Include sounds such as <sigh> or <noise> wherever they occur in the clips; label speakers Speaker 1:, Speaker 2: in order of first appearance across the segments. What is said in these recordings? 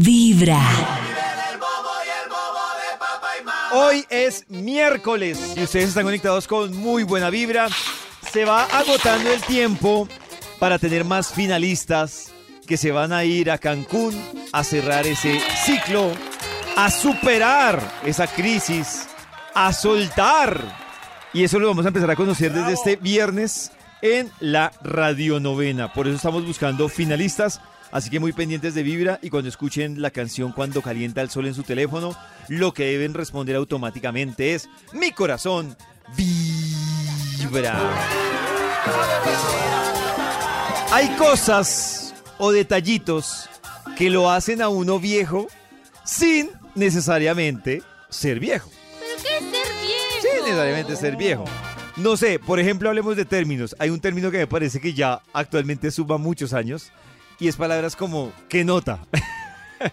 Speaker 1: Vibra.
Speaker 2: Hoy es miércoles y ustedes están conectados con muy buena vibra. Se va agotando el tiempo para tener más finalistas que se van a ir a Cancún a cerrar ese ciclo, a superar esa crisis, a soltar. Y eso lo vamos a empezar a conocer desde este viernes en la radionovena. Por eso estamos buscando finalistas. Así que muy pendientes de Vibra y cuando escuchen la canción Cuando calienta el sol en su teléfono, lo que deben responder automáticamente es Mi corazón vibra. Hay cosas o detallitos que lo hacen a uno viejo sin necesariamente ser viejo.
Speaker 3: ¿Pero qué es ser viejo?
Speaker 2: Sin necesariamente ser viejo. No sé, por ejemplo, hablemos de términos. Hay un término que me parece que ya actualmente suba muchos años y es palabras como
Speaker 4: <laughs>
Speaker 2: ¿qué nota?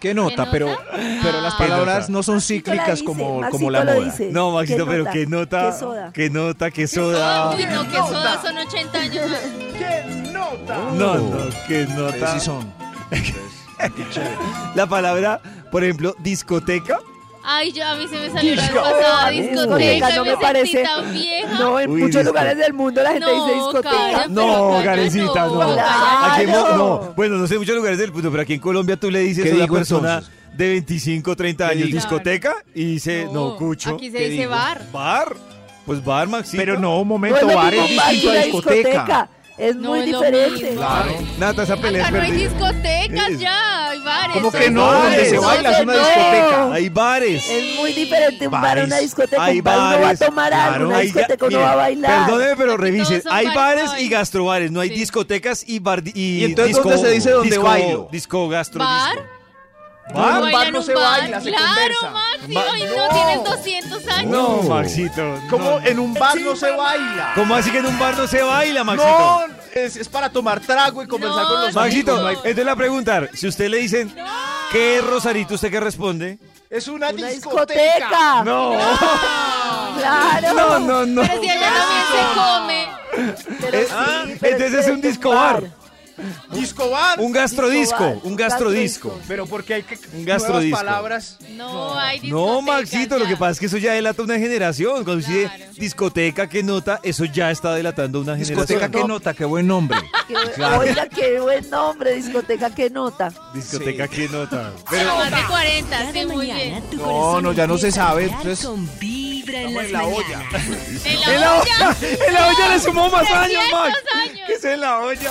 Speaker 4: ¿Qué nota?
Speaker 3: nota?
Speaker 4: Pero, pero las
Speaker 3: Ah.
Speaker 4: palabras
Speaker 2: nota?
Speaker 4: no son
Speaker 5: Maxito la
Speaker 4: cíclicas
Speaker 5: dice,
Speaker 4: como,
Speaker 5: Maxito
Speaker 4: como la
Speaker 5: lo
Speaker 4: moda.
Speaker 5: dice.
Speaker 2: No, Maxito, pero
Speaker 5: nota?
Speaker 2: ¿qué nota?
Speaker 5: ¿Qué soda?
Speaker 2: ¿Qué nota? ¿Qué soda?
Speaker 3: Uy, no, que soda son 80 años
Speaker 5: <laughs>
Speaker 3: más.
Speaker 2: No, no, ¿qué
Speaker 4: Ustedes
Speaker 2: nota?
Speaker 4: sí son.
Speaker 2: <laughs> La palabra, por ejemplo, discoteca.
Speaker 3: Ay, yo, a mí se me salió la vez
Speaker 2: Disco-
Speaker 3: pasada discoteca.
Speaker 5: discoteca, no
Speaker 3: me,
Speaker 5: me parece.
Speaker 3: sentí tan vieja.
Speaker 5: No, en
Speaker 2: Uy,
Speaker 5: muchos
Speaker 2: disco-
Speaker 5: lugares del mundo la gente dice discoteca.
Speaker 3: Karen, pero
Speaker 2: Ah, No,
Speaker 3: Karen,
Speaker 2: Karencita, no.
Speaker 5: Claro.
Speaker 2: Aquí en Mo- no.
Speaker 5: no.
Speaker 2: Bueno, no sé muchos lugares del mundo, pero aquí en Colombia tú le dices
Speaker 4: ¿Qué
Speaker 2: a una
Speaker 4: digo
Speaker 2: persona
Speaker 4: entonces?
Speaker 2: de 25, 30 años
Speaker 4: digo?
Speaker 2: discoteca y dice, no,
Speaker 3: No,
Speaker 2: cucho.
Speaker 3: aquí se
Speaker 2: ¿qué
Speaker 3: dice
Speaker 2: digo?
Speaker 3: bar.
Speaker 2: Bar. Pues bar, Maxito.
Speaker 4: Pero no, un
Speaker 5: No
Speaker 4: momento,
Speaker 5: es lo
Speaker 4: bar es
Speaker 5: mismo bar que
Speaker 4: distinto a
Speaker 5: una
Speaker 4: discoteca.
Speaker 5: discoteca. Es
Speaker 3: No
Speaker 5: muy
Speaker 3: es lo
Speaker 5: diferente.
Speaker 3: mismo.
Speaker 4: Claro. Nata, esa pelea
Speaker 3: Acá
Speaker 4: es
Speaker 3: no hay
Speaker 4: perdida.
Speaker 3: discotecas
Speaker 2: Es-
Speaker 3: ya, hay bares.
Speaker 4: ¿Cómo
Speaker 3: ¿Cómo
Speaker 4: que no?
Speaker 2: bares.
Speaker 4: Donde se
Speaker 2: No,
Speaker 4: baila es una
Speaker 5: no.
Speaker 4: discoteca.
Speaker 2: Hay bares.
Speaker 5: Es muy diferente un bar a una
Speaker 2: Bares.
Speaker 5: discoteca.
Speaker 2: Hay
Speaker 5: un bar uno va a
Speaker 2: bares.
Speaker 5: tomar
Speaker 2: Claro.
Speaker 5: algo, una
Speaker 2: Hay ga-
Speaker 5: discoteca uno
Speaker 2: mire,
Speaker 5: va a bailar.
Speaker 2: Perdóneme, pero
Speaker 3: Aquí
Speaker 2: revisen.
Speaker 3: todos son
Speaker 2: Hay
Speaker 3: bares
Speaker 2: bares
Speaker 3: hoy.
Speaker 2: y gastrobares. No hay
Speaker 3: Sí.
Speaker 2: discotecas y bar y,
Speaker 4: ¿Y entonces dónde se dice dónde
Speaker 2: disco-
Speaker 4: bailo?
Speaker 2: Disco gastro.
Speaker 3: ¿Bar?
Speaker 2: disco. ¿Ah?
Speaker 4: Bar,
Speaker 3: Bailan
Speaker 4: bar no
Speaker 3: un
Speaker 4: se
Speaker 3: bar.
Speaker 4: baila, se
Speaker 3: claro,
Speaker 4: conversa.
Speaker 3: Maxi,
Speaker 2: Ba-
Speaker 3: hoy no. tienes 200 años.
Speaker 2: No, Maxito.
Speaker 4: ¿Cómo
Speaker 2: no.
Speaker 4: en un bar no se baila?
Speaker 2: ¿Cómo así que en un bar no se baila, Maxito?
Speaker 4: No, es, es para tomar trago y conversar
Speaker 3: No,
Speaker 4: con los
Speaker 2: Maxito,
Speaker 4: amigos. no hay-
Speaker 2: entonces la pregunta, si usted le dicen, ¿qué es Rosarito? ¿Usted qué responde?
Speaker 4: es una,
Speaker 5: Una
Speaker 4: discoteca.
Speaker 5: discoteca.
Speaker 2: No,
Speaker 4: <laughs>
Speaker 5: Claro.
Speaker 2: no, no, no.
Speaker 3: Pero si allá también se come.
Speaker 5: Pero
Speaker 2: Es-
Speaker 5: sí,
Speaker 2: ah,
Speaker 5: pero
Speaker 2: entonces es un discobar.
Speaker 4: Discobar.
Speaker 2: Un gastrodisco,
Speaker 5: Discobar,
Speaker 2: un gastrodisco.
Speaker 5: gastrodisco.
Speaker 4: Pero porque hay que
Speaker 2: Un
Speaker 4: nuevas
Speaker 2: gastrodisco.
Speaker 4: palabras.
Speaker 3: No, hay discotecas.
Speaker 2: No, Maxito, lo
Speaker 3: ya.
Speaker 2: que pasa es que eso ya delata una generación. Cuando se dice
Speaker 3: Claro.
Speaker 2: discoteca, ¿qué nota? Eso ya está delatando una generación.
Speaker 4: Discoteca, qué nota, qué buen nombre.
Speaker 5: que- Oiga, qué buen nombre, discoteca, qué nota.
Speaker 2: Discoteca,
Speaker 4: <laughs>
Speaker 2: ¿qué nota?
Speaker 3: Pero más de 40, sí, muy bien.
Speaker 1: tu
Speaker 4: No,
Speaker 1: corazón
Speaker 4: no, ya no se
Speaker 1: empieza a
Speaker 4: sabe,
Speaker 1: vibrar
Speaker 4: entonces-
Speaker 1: Con vibra en las
Speaker 4: en la olla.
Speaker 1: mañanas.
Speaker 3: En
Speaker 2: ¡En la
Speaker 3: la
Speaker 2: olla!
Speaker 3: olla.
Speaker 2: ¡En la olla le sumó más años, Max!
Speaker 3: 300 años.
Speaker 2: ¿Qué es en la olla?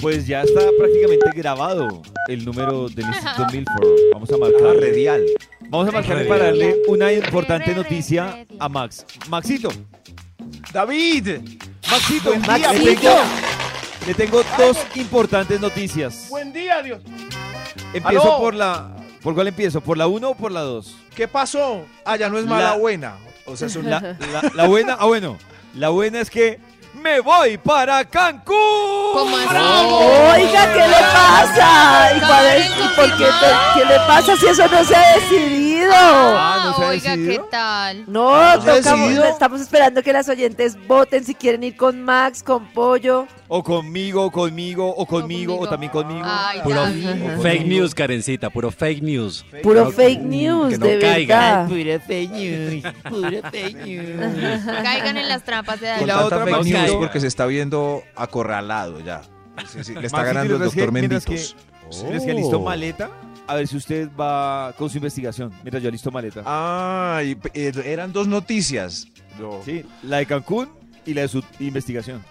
Speaker 2: Pues ya está prácticamente grabado el número del <laughs> Instituto Milford. Vamos a marcar.
Speaker 4: Redial.
Speaker 2: Vamos a marcarle para darle una importante noticia a Max. Maxito,
Speaker 4: David.
Speaker 2: Maxito,
Speaker 4: Buen
Speaker 2: Max,
Speaker 4: día,
Speaker 2: le, tengo, le tengo dos importantes noticias.
Speaker 4: Buen
Speaker 2: <laughs>
Speaker 4: día, <laughs> Dios.
Speaker 2: Empiezo
Speaker 4: Aló.
Speaker 2: por la. ¿Por cuál empiezo? ¿Por la 1 o por la 2?
Speaker 4: ¿Qué pasó? Allá no es mala
Speaker 2: La- <laughs>
Speaker 4: buena. O sea, es un
Speaker 3: <laughs>
Speaker 2: La, la- la buena, ah bueno, la buena es que me voy para Cancún.
Speaker 3: ¿Cómo así?
Speaker 5: Oiga, ¿qué le pasa? ¿Y, cuál es- y por qué, te- qué le pasa si eso no se ha decidido?
Speaker 2: Ah, ¿no se ha
Speaker 3: Oiga, ¿qué
Speaker 2: decidido?
Speaker 3: tal?
Speaker 5: No,
Speaker 4: se ha
Speaker 5: toca-
Speaker 4: decidido?
Speaker 5: estamos esperando que las oyentes voten si quieren ir con Max, con Pollo.
Speaker 2: O conmigo, o conmigo, o conmigo, o
Speaker 3: conmigo.
Speaker 2: también conmigo.
Speaker 3: Ay,
Speaker 6: Puro
Speaker 3: David.
Speaker 6: fake news, Karencita, puro fake news.
Speaker 5: Puro
Speaker 4: No,
Speaker 5: fake news,
Speaker 6: que no
Speaker 5: de
Speaker 6: caiga.
Speaker 5: verdad.
Speaker 3: Caigan en las trampas de
Speaker 4: Y
Speaker 3: David.
Speaker 4: la
Speaker 2: tanta
Speaker 4: otra
Speaker 2: fake
Speaker 4: fake news
Speaker 2: news.
Speaker 4: porque se está viendo acorralado ya. Sí, sí, le está
Speaker 2: Maxito,
Speaker 4: ganando el
Speaker 2: mientras que-
Speaker 4: doctor
Speaker 2: mientras
Speaker 4: Menditos. Oh.
Speaker 2: Sí, es que alisto maleta. A ver si usted va con su investigación. Mientras yo alisto maleta.
Speaker 4: Ah, y, eh, eran dos noticias. Yo-
Speaker 2: Sí, la de Cancún y la de su investigación.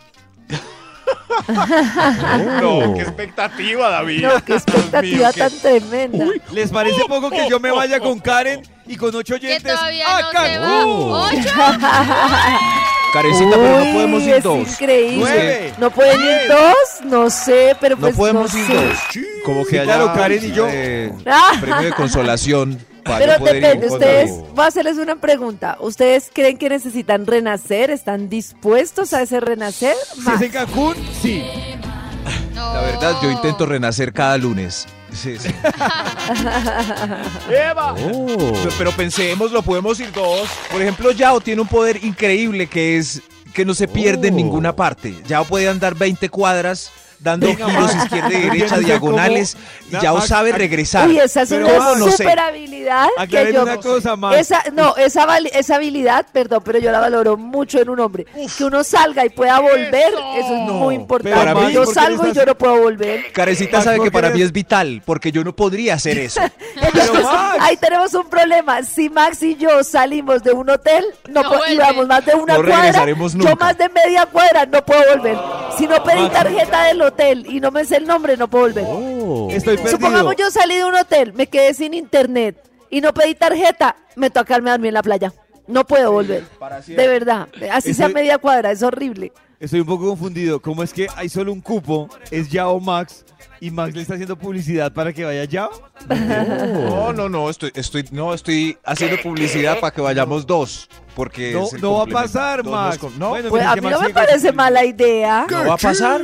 Speaker 2: Oh.
Speaker 4: No, qué expectativa, David.
Speaker 5: No, qué expectativa
Speaker 4: qué-
Speaker 5: tan tremenda.
Speaker 2: ¿Les parece poco que yo me vaya con Karen y con ocho
Speaker 3: Que
Speaker 5: Ah,
Speaker 2: oyentes
Speaker 5: ¡Uh!
Speaker 4: <laughs>
Speaker 3: todavía
Speaker 2: a
Speaker 3: no se
Speaker 2: Cancún?
Speaker 3: va. ¡Ocho!
Speaker 4: Karencita, pero
Speaker 5: Uy,
Speaker 4: no podemos ir
Speaker 5: es
Speaker 4: dos.
Speaker 5: increíble.
Speaker 2: Nueve,
Speaker 5: ¿No pueden
Speaker 2: diez.
Speaker 5: ir dos? No sé, pero
Speaker 4: No
Speaker 5: pues
Speaker 4: podemos
Speaker 5: no
Speaker 4: ir
Speaker 5: sé.
Speaker 4: dos. Como que
Speaker 2: Sí,
Speaker 4: haya
Speaker 2: claro, Karen y yo.
Speaker 4: eh,
Speaker 5: Ah.
Speaker 4: premio de consolación para no
Speaker 5: Pero
Speaker 4: poder ir
Speaker 5: depende,
Speaker 4: con
Speaker 5: ustedes,
Speaker 4: David.
Speaker 5: voy a hacerles una pregunta. ¿Ustedes creen que necesitan renacer? ¿Están dispuestos a ese renacer?
Speaker 2: Si
Speaker 5: Max.
Speaker 2: es
Speaker 5: <laughs>
Speaker 2: en Cancún, sí.
Speaker 3: No.
Speaker 4: La verdad, yo intento renacer cada lunes. Sí, Oh. sí.
Speaker 2: ¡Eva!
Speaker 4: Pero- Pero pensemos, lo podemos ir dos. Por ejemplo, Yao tiene un poder increíble que es que no se pierde en
Speaker 6: Oh.
Speaker 4: ninguna parte. Yao puede andar 20 cuadras dando
Speaker 2: Venga,
Speaker 4: giros
Speaker 2: Max.
Speaker 4: izquierda y
Speaker 2: Yo
Speaker 4: derecha,
Speaker 2: no sé
Speaker 4: diagonales.
Speaker 2: cómo-
Speaker 4: Y Yao
Speaker 2: Max,
Speaker 4: sabe
Speaker 2: ac-
Speaker 4: regresar.
Speaker 5: Uy, esa es
Speaker 2: Pero
Speaker 5: una
Speaker 4: ah,
Speaker 2: vamos, no sé.
Speaker 5: super habilidad que
Speaker 2: Aclaren
Speaker 5: yo...
Speaker 2: una cosa, Max.
Speaker 5: Esa, no, esa, vali- esa habilidad, perdón, pero yo la valoro mucho en un hombre. Que uno salga y pueda volver, eso, es
Speaker 2: No,
Speaker 5: muy importante.
Speaker 4: pero Max,
Speaker 5: yo
Speaker 2: ¿por qué le
Speaker 5: salgo y
Speaker 2: estás-
Speaker 5: yo no puedo volver.
Speaker 4: Carecita
Speaker 2: Max,
Speaker 4: sabe
Speaker 2: ¿por
Speaker 4: que
Speaker 2: qué
Speaker 4: para
Speaker 2: eres-
Speaker 4: mí es vital, porque yo no podría hacer eso.
Speaker 5: <laughs> Entonces,
Speaker 2: Max.
Speaker 5: ahí tenemos un problema. Si Max y yo salimos de un hotel, no,
Speaker 3: No
Speaker 5: po-
Speaker 3: vuelve.
Speaker 5: y vamos más de una
Speaker 4: No
Speaker 5: cuadra,
Speaker 4: regresaremos
Speaker 5: yo
Speaker 4: nunca.
Speaker 5: más de media cuadra no puedo volver. Si no pedí tarjeta del hotel y no me sé el nombre, no puedo volver.
Speaker 4: Oh.
Speaker 2: Estoy perdido.
Speaker 5: Supongamos yo salí de un hotel, me quedé sin internet y no pedí tarjeta, me toca quedarme a dormir en la playa. No puedo volver. De verdad. Así sea
Speaker 2: Estoy-
Speaker 5: media cuadra, es horrible.
Speaker 2: Estoy un poco confundido. ¿Cómo es que hay solo un cupo? Es Yao Max. Y Max le está haciendo publicidad para que vaya Yao. Oh.
Speaker 4: No, no, no, estoy, estoy, no, estoy haciendo publicidad para que vayamos dos. Porque
Speaker 2: No,
Speaker 4: es el
Speaker 2: no va a
Speaker 4: complemento.
Speaker 2: pasar,
Speaker 4: Dos
Speaker 2: Max.
Speaker 4: nos com- No,
Speaker 2: Bueno,
Speaker 5: Pues,
Speaker 2: mira
Speaker 5: a
Speaker 2: que
Speaker 5: mí
Speaker 2: Max
Speaker 5: no me
Speaker 2: llega y-
Speaker 5: parece mala idea.
Speaker 4: ¿no va a pasar.
Speaker 5: A mí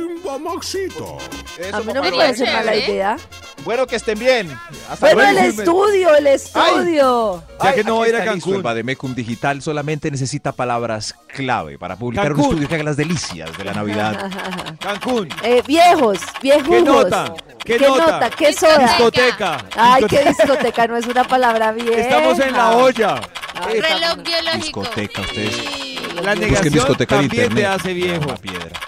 Speaker 5: no me
Speaker 3: papá,
Speaker 5: parece
Speaker 3: chévere.
Speaker 5: mala idea.
Speaker 4: Bueno, que estén bien. Hasta
Speaker 5: Bueno, el
Speaker 4: luego.
Speaker 5: estudio, el estudio.
Speaker 2: Ya que no va a ir a Cancún.
Speaker 4: El Bademecum Digital solamente necesita palabras clave para publicar
Speaker 2: Cancún.
Speaker 4: un estudio que haga las delicias de la Navidad.
Speaker 2: Cancún.
Speaker 5: Eh, viejos, viejos.
Speaker 2: ¿Qué nota? ¿Qué nota?
Speaker 5: ¿Qué soda?
Speaker 3: Discoteca.
Speaker 2: Discoteca.
Speaker 5: Ay,
Speaker 2: Discoteca.
Speaker 5: qué discoteca, no es una palabra bien.
Speaker 2: Estamos en la olla.
Speaker 3: Reloj biológico.
Speaker 4: Discoteca, ustedes.
Speaker 3: Sí.
Speaker 2: La
Speaker 4: Busquen
Speaker 2: negación
Speaker 4: discoteca en
Speaker 2: también
Speaker 4: internet.
Speaker 2: te hace viejo.
Speaker 4: Una piedra.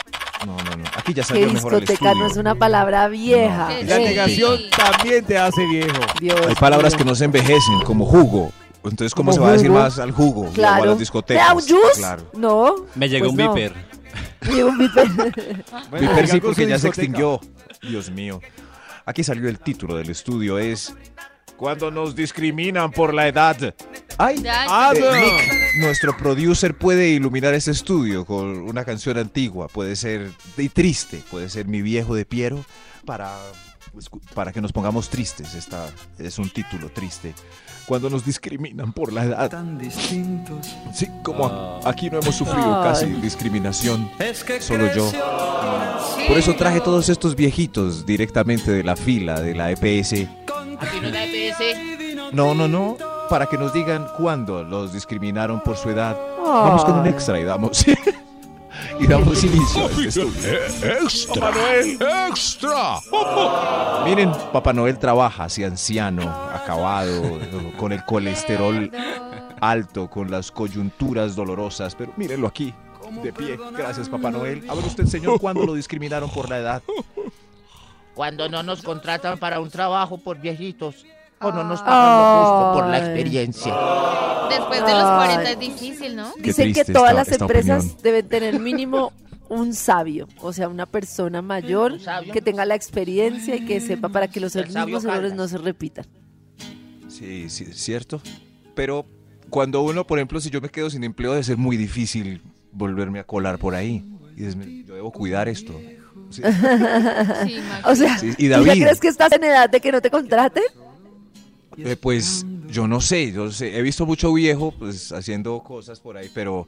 Speaker 4: No, no, no. Aquí ya
Speaker 5: Que
Speaker 4: salió mejor el
Speaker 5: discoteca no
Speaker 4: estudio.
Speaker 5: es una palabra vieja.
Speaker 3: No,
Speaker 2: La
Speaker 3: Sí.
Speaker 2: negación también te hace viejo.
Speaker 5: Dios
Speaker 4: Hay palabras que
Speaker 5: mío.
Speaker 4: no se envejecen, como jugo. Entonces, ¿cómo
Speaker 5: Como
Speaker 4: se va a decir
Speaker 5: jugo.
Speaker 4: más al jugo? o a
Speaker 5: Claro.
Speaker 4: las
Speaker 5: ¿Te
Speaker 4: discotecas.
Speaker 5: da un juice?
Speaker 4: Claro.
Speaker 5: No.
Speaker 6: Me llegó
Speaker 5: pues
Speaker 6: un
Speaker 5: no.
Speaker 6: viper.
Speaker 5: Me <laughs> llegó un viper.
Speaker 2: Bueno,
Speaker 4: Piper sí,
Speaker 2: sigan con
Speaker 4: porque
Speaker 2: su
Speaker 4: ya se
Speaker 2: discoteca.
Speaker 4: extinguió. Dios mío. Aquí salió el título del estudio, es... Cuando nos discriminan por la edad. Ay,
Speaker 3: Ya,
Speaker 2: Ah,
Speaker 4: Eh,
Speaker 2: no.
Speaker 4: Nick, nuestro producer puede iluminar este estudio con una canción antigua, puede ser de- triste, puede ser Mi viejo de Piero, para, escu- para que nos pongamos tristes. Esta es un título triste. Cuando nos discriminan por la edad. Tan distintos. Sí, como a-
Speaker 2: Ah.
Speaker 4: aquí no hemos sufrido
Speaker 5: Ay.
Speaker 4: casi discriminación, solo yo. Por eso traje todos estos viejitos directamente de la fila de la E EPS.
Speaker 3: aquí no la EPS.
Speaker 4: No, no, no. Para que nos digan cuándo los discriminaron por su edad. Vamos con un
Speaker 5: Ay.
Speaker 4: extra y damos. <laughs> y damos inicio a este estudio.
Speaker 7: eh,
Speaker 8: <laughs>
Speaker 7: Extra. Extra.
Speaker 2: Oh,
Speaker 4: Miren, Papá Noel trabaja así anciano, acabado, con el colesterol alto, con las coyunturas dolorosas. Pero mírenlo aquí, de pie. Gracias, Papá Noel. A ver usted, señor, ¿cuándo lo discriminaron por la edad?
Speaker 8: cuando no nos contratan para un trabajo por viejitos o no nos pagan lo justo por la
Speaker 5: Ay.
Speaker 8: experiencia.
Speaker 3: Después Pues de los
Speaker 5: Ay.
Speaker 3: 40 es difícil, ¿no?
Speaker 4: Qué
Speaker 5: Dicen que
Speaker 4: triste
Speaker 5: todas
Speaker 4: esta-
Speaker 5: las
Speaker 4: esta
Speaker 5: empresas
Speaker 4: opinión.
Speaker 5: deben tener mínimo un sabio, o sea, una persona mayor
Speaker 8: sabio.
Speaker 5: que tenga la experiencia y que sepa para que los
Speaker 8: El sabio
Speaker 5: mismos errores
Speaker 8: Caldas.
Speaker 5: no se repitan.
Speaker 4: Sí, sí, es cierto. Pero cuando uno, por ejemplo, si yo me quedo sin empleo, debe ser muy difícil volverme a colar por ahí. Y dices, "Me- yo debo cuidar esto. Sí,
Speaker 5: <laughs>
Speaker 3: Sí, Max.
Speaker 5: O sea,
Speaker 4: sí,
Speaker 5: ¿tú
Speaker 4: Y
Speaker 5: ya
Speaker 4: David,
Speaker 5: crees que estás en edad de que no te contraten?
Speaker 4: eh, pues yo no sé, yo sé, he visto mucho viejo pues haciendo cosas por ahí, pero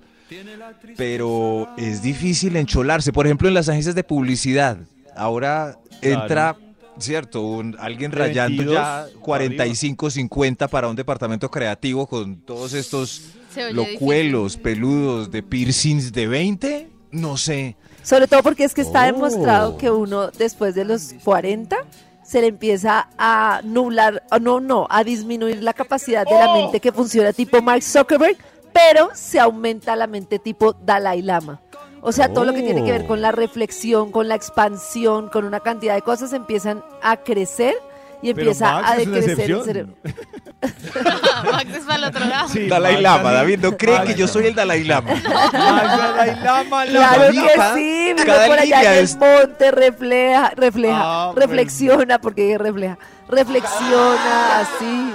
Speaker 4: pero es difícil encholarse, por ejemplo, en las agencias de publicidad. Ahora entra Cierto, un- alguien rayando
Speaker 2: 22
Speaker 4: ya 45, 50 para un departamento creativo con todos estos
Speaker 3: Se oye
Speaker 4: locuelos, peludos, de piercings de 20, no sé.
Speaker 5: Sobre todo porque es que está
Speaker 6: Oh.
Speaker 5: demostrado que uno después de los 40 se le empieza a nublar, o no, no, a disminuir la capacidad de la
Speaker 2: Oh.
Speaker 5: mente que funciona tipo Mark Zuckerberg, pero se aumenta la mente tipo Dalai Lama. O sea, todo lo que tiene que ver
Speaker 6: Oh.
Speaker 5: con la reflexión, con la expansión, con una cantidad de cosas empiezan a crecer y
Speaker 2: Pero
Speaker 5: empieza
Speaker 2: Max
Speaker 5: a
Speaker 2: es una
Speaker 5: decrecer el
Speaker 2: excepción.
Speaker 5: cerebro.
Speaker 3: Max es para el otro lado.
Speaker 2: Sí,
Speaker 4: Dalai
Speaker 2: Max,
Speaker 4: Lama,
Speaker 2: así.
Speaker 4: David, no cree que yo soy el Dalai Lama.
Speaker 5: <laughs>
Speaker 2: Max, Dalai Lama, la
Speaker 5: Claro
Speaker 4: David,
Speaker 5: que
Speaker 4: cada-
Speaker 5: sí, vive
Speaker 4: cada
Speaker 5: por allá
Speaker 4: línea
Speaker 5: en
Speaker 4: es-
Speaker 5: el monte, refleja, refleja,
Speaker 2: Ah, bueno.
Speaker 5: reflexiona, porque refleja, reflexiona así.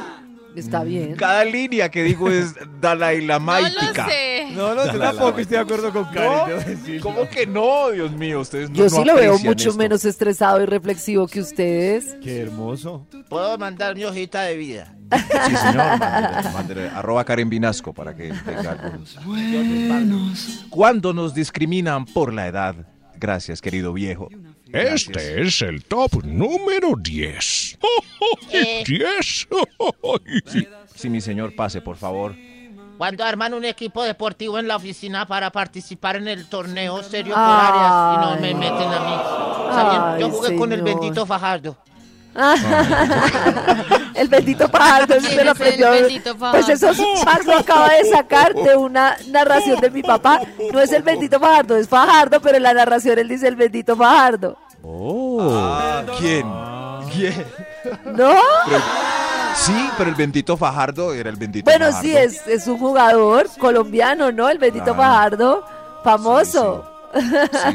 Speaker 5: Está bien.
Speaker 4: Mm. Cada línea que digo es Dalai
Speaker 3: No lo
Speaker 5: <laughs>
Speaker 4: Lamaitica.
Speaker 3: sé.
Speaker 2: No, no, yo tampoco estoy de acuerdo con Karen. debo decirlo.
Speaker 4: ¿Cómo que no? Dios mío, ustedes no
Speaker 5: Yo
Speaker 4: no
Speaker 5: sí lo veo
Speaker 4: aprecian
Speaker 5: mucho
Speaker 4: esto.
Speaker 5: menos estresado y reflexivo que ustedes.
Speaker 4: <laughs>
Speaker 2: Qué hermoso.
Speaker 8: Puedo mandar mi hojita de vida.
Speaker 4: Sí, señor. mándele- mándele arroba Karen Vinasco para que tenga algunos. Cuando nos discriminan por la edad. Gracias, querido viejo.
Speaker 7: Este es el top número Oh, 10.
Speaker 8: Eh,
Speaker 7: <laughs> ¿10?
Speaker 4: Sí, mi señor, pase, por favor.
Speaker 8: cuando arman un equipo deportivo en la oficina para participar en el torneo serio por
Speaker 5: Ay.
Speaker 8: áreas y no me meten a mí. ¿Sabían?
Speaker 5: Ay,
Speaker 8: Yo jugué con el
Speaker 5: señor.
Speaker 8: bendito Fajardo.
Speaker 5: Ah.
Speaker 4: Ah,
Speaker 5: <laughs> El bendito Fajardo,
Speaker 3: Sí,
Speaker 5: se lo
Speaker 3: ese es el
Speaker 5: aprendió.
Speaker 3: bendito Fajardo.
Speaker 5: Pues eso Fargo acaba de sacar de una narración de mi papá. No es el bendito Fajardo, es Fajardo, pero en la narración él dice el bendito Fajardo.
Speaker 4: Oh. Ah, ¿Quién?
Speaker 5: ¿No?
Speaker 4: Sí, pero el bendito Fajardo era el bendito
Speaker 5: Bueno,
Speaker 4: Fajardo.
Speaker 5: sí, es, es un jugador colombiano, ¿no? El bendito
Speaker 4: Claro.
Speaker 5: Fajardo, famoso.
Speaker 4: Sí,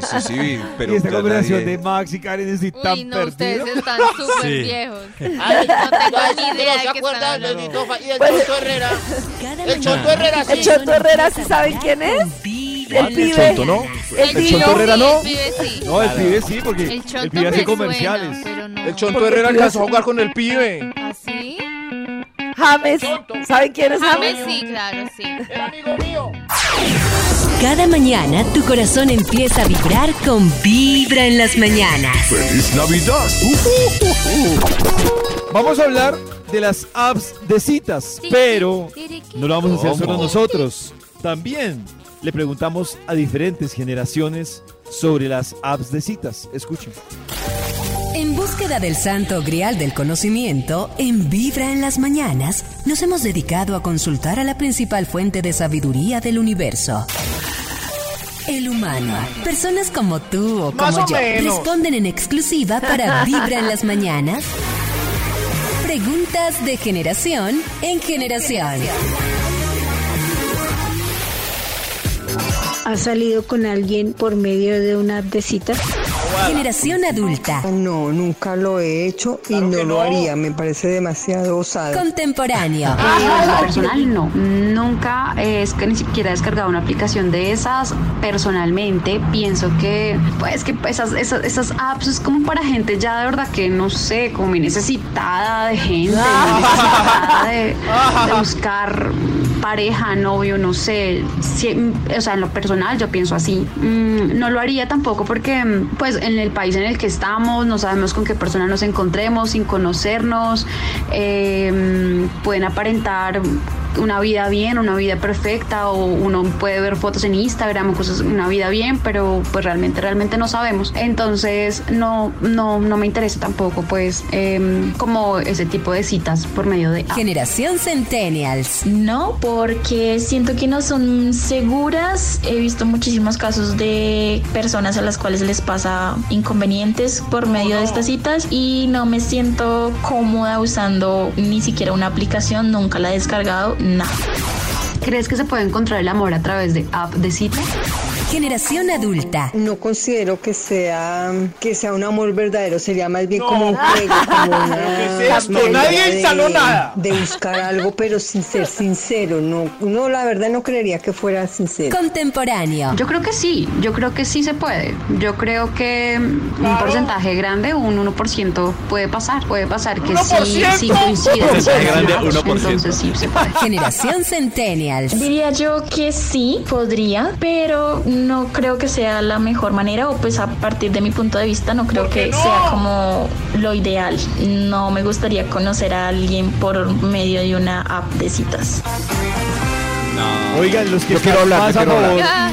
Speaker 4: sí, sí, pero
Speaker 2: y esta
Speaker 4: ya
Speaker 2: conversación
Speaker 4: nadie-
Speaker 2: de Max y Karen es tan
Speaker 3: Uy, no,
Speaker 2: perdida.
Speaker 3: ustedes <laughs>
Speaker 2: <laughs>
Speaker 3: están súper
Speaker 6: Sí.
Speaker 3: viejos.
Speaker 8: Ay,
Speaker 3: No tengo
Speaker 8: ay,
Speaker 3: ni idea
Speaker 8: ¿no
Speaker 3: de
Speaker 8: se
Speaker 3: qué
Speaker 8: acuerdan
Speaker 3: están
Speaker 8: del
Speaker 3: hablando.
Speaker 8: bendito Fa- y el
Speaker 5: Pues-
Speaker 8: Choto
Speaker 5: <laughs>
Speaker 8: Herrera?
Speaker 1: el Choto Herrera, sí.
Speaker 5: El Choto Herrera, ¿sí saben quién es? El pibe.
Speaker 7: Chonto, ¿no?
Speaker 5: El
Speaker 3: pibe
Speaker 5: pibe.
Speaker 2: Chonto Herrera,
Speaker 3: sí,
Speaker 2: no.
Speaker 3: El pibe sí.
Speaker 2: No, el pibe sí, porque
Speaker 3: El
Speaker 2: el
Speaker 3: chonto
Speaker 2: pibe hace
Speaker 3: me
Speaker 2: comerciales.
Speaker 3: suena, pero no.
Speaker 9: El Chonto Herrera alcanzó a jugar con el pibe.
Speaker 3: ¿Así?
Speaker 5: James. ¿Saben quién es
Speaker 3: James
Speaker 5: James?
Speaker 3: Ah, sí, claro, sí.
Speaker 1: Cada mañana tu corazón empieza a vibrar con Vibra en las mañanas.
Speaker 7: ¡Feliz Navidad!
Speaker 2: Vamos a hablar de las apps de citas, pero no lo vamos a hacer solo nosotros. También le preguntamos a diferentes generaciones sobre las apps de citas. Escuchen.
Speaker 1: En búsqueda del santo grial del conocimiento, en Vibra en las mañanas, nos hemos dedicado a consultar a la principal fuente de sabiduría del universo. El humano. Personas como tú o como
Speaker 9: Más o
Speaker 1: yo
Speaker 9: menos.
Speaker 1: responden en exclusiva para Vibra en las mañanas. Preguntas de generación en generación.
Speaker 10: ¿Has salido con alguien por medio de una app de citas?
Speaker 1: Generación adulta.
Speaker 10: No, nunca lo he hecho y no, lo haría. Me parece demasiado osado. <laughs>
Speaker 1: Contemporáneo.
Speaker 11: <laughs>
Speaker 10: personal, no. Nunca eh, es que ni siquiera he descargado una aplicación de esas. Personalmente, pienso que, pues, que esas, esas, esas apps es como para gente ya de verdad que no sé, como muy necesitada de gente, muy necesitada de, de buscar pareja, novio, no sé. Si- o sea, en lo personal yo pienso así. Mm, no lo haría tampoco porque, mm, pues, en el país en el que estamos, no sabemos con qué persona nos encontremos, sin conocernos. eh, mm, pueden aparentar una vida bien, una vida perfecta, o uno puede ver fotos en Instagram o cosas, una vida bien, pero pues realmente, realmente no sabemos. Entonces, no, no, no me interesa tampoco, pues, em, como ese tipo de citas por medio de apps.
Speaker 1: Generación Centennials.
Speaker 10: No, porque siento que no son seguras. He visto muchísimos casos de personas a las cuales les pasa inconvenientes por
Speaker 1: Oh,
Speaker 10: medio de estas citas y no me siento cómoda usando ni siquiera una aplicación, nunca la he descargado, nada.
Speaker 1: ¿Crees que se puede encontrar el amor a través de app de cita? Generación adulta.
Speaker 10: No considero que sea que sea un amor verdadero, sería más bien como un juego,
Speaker 5: <laughs>
Speaker 10: como una
Speaker 5: esto?
Speaker 9: Nadie instaló nada.
Speaker 10: de buscar algo, pero sin ser sincero. No, no, la verdad no creería que fuera sincero.
Speaker 1: Contemporáneo.
Speaker 10: Yo creo que sí, yo creo que sí se puede. Yo creo que mm, un porcentaje grande, un 1% puede pasar. Puede pasar que sí, sí coincida.
Speaker 6: Porcentaje grande, 1%.
Speaker 10: Entonces sí se puede.
Speaker 1: Generación Centennials.
Speaker 10: Diría yo que sí, podría, pero no creo que sea la mejor manera o pues a partir de mi punto de vista no creo que sea como lo ideal. No me gustaría conocer a alguien por medio de una app de citas.
Speaker 2: Oigan, los que
Speaker 4: Yo quiero
Speaker 2: están
Speaker 4: hablar, yo
Speaker 2: más a
Speaker 4: quiero
Speaker 2: favor-
Speaker 3: hablar.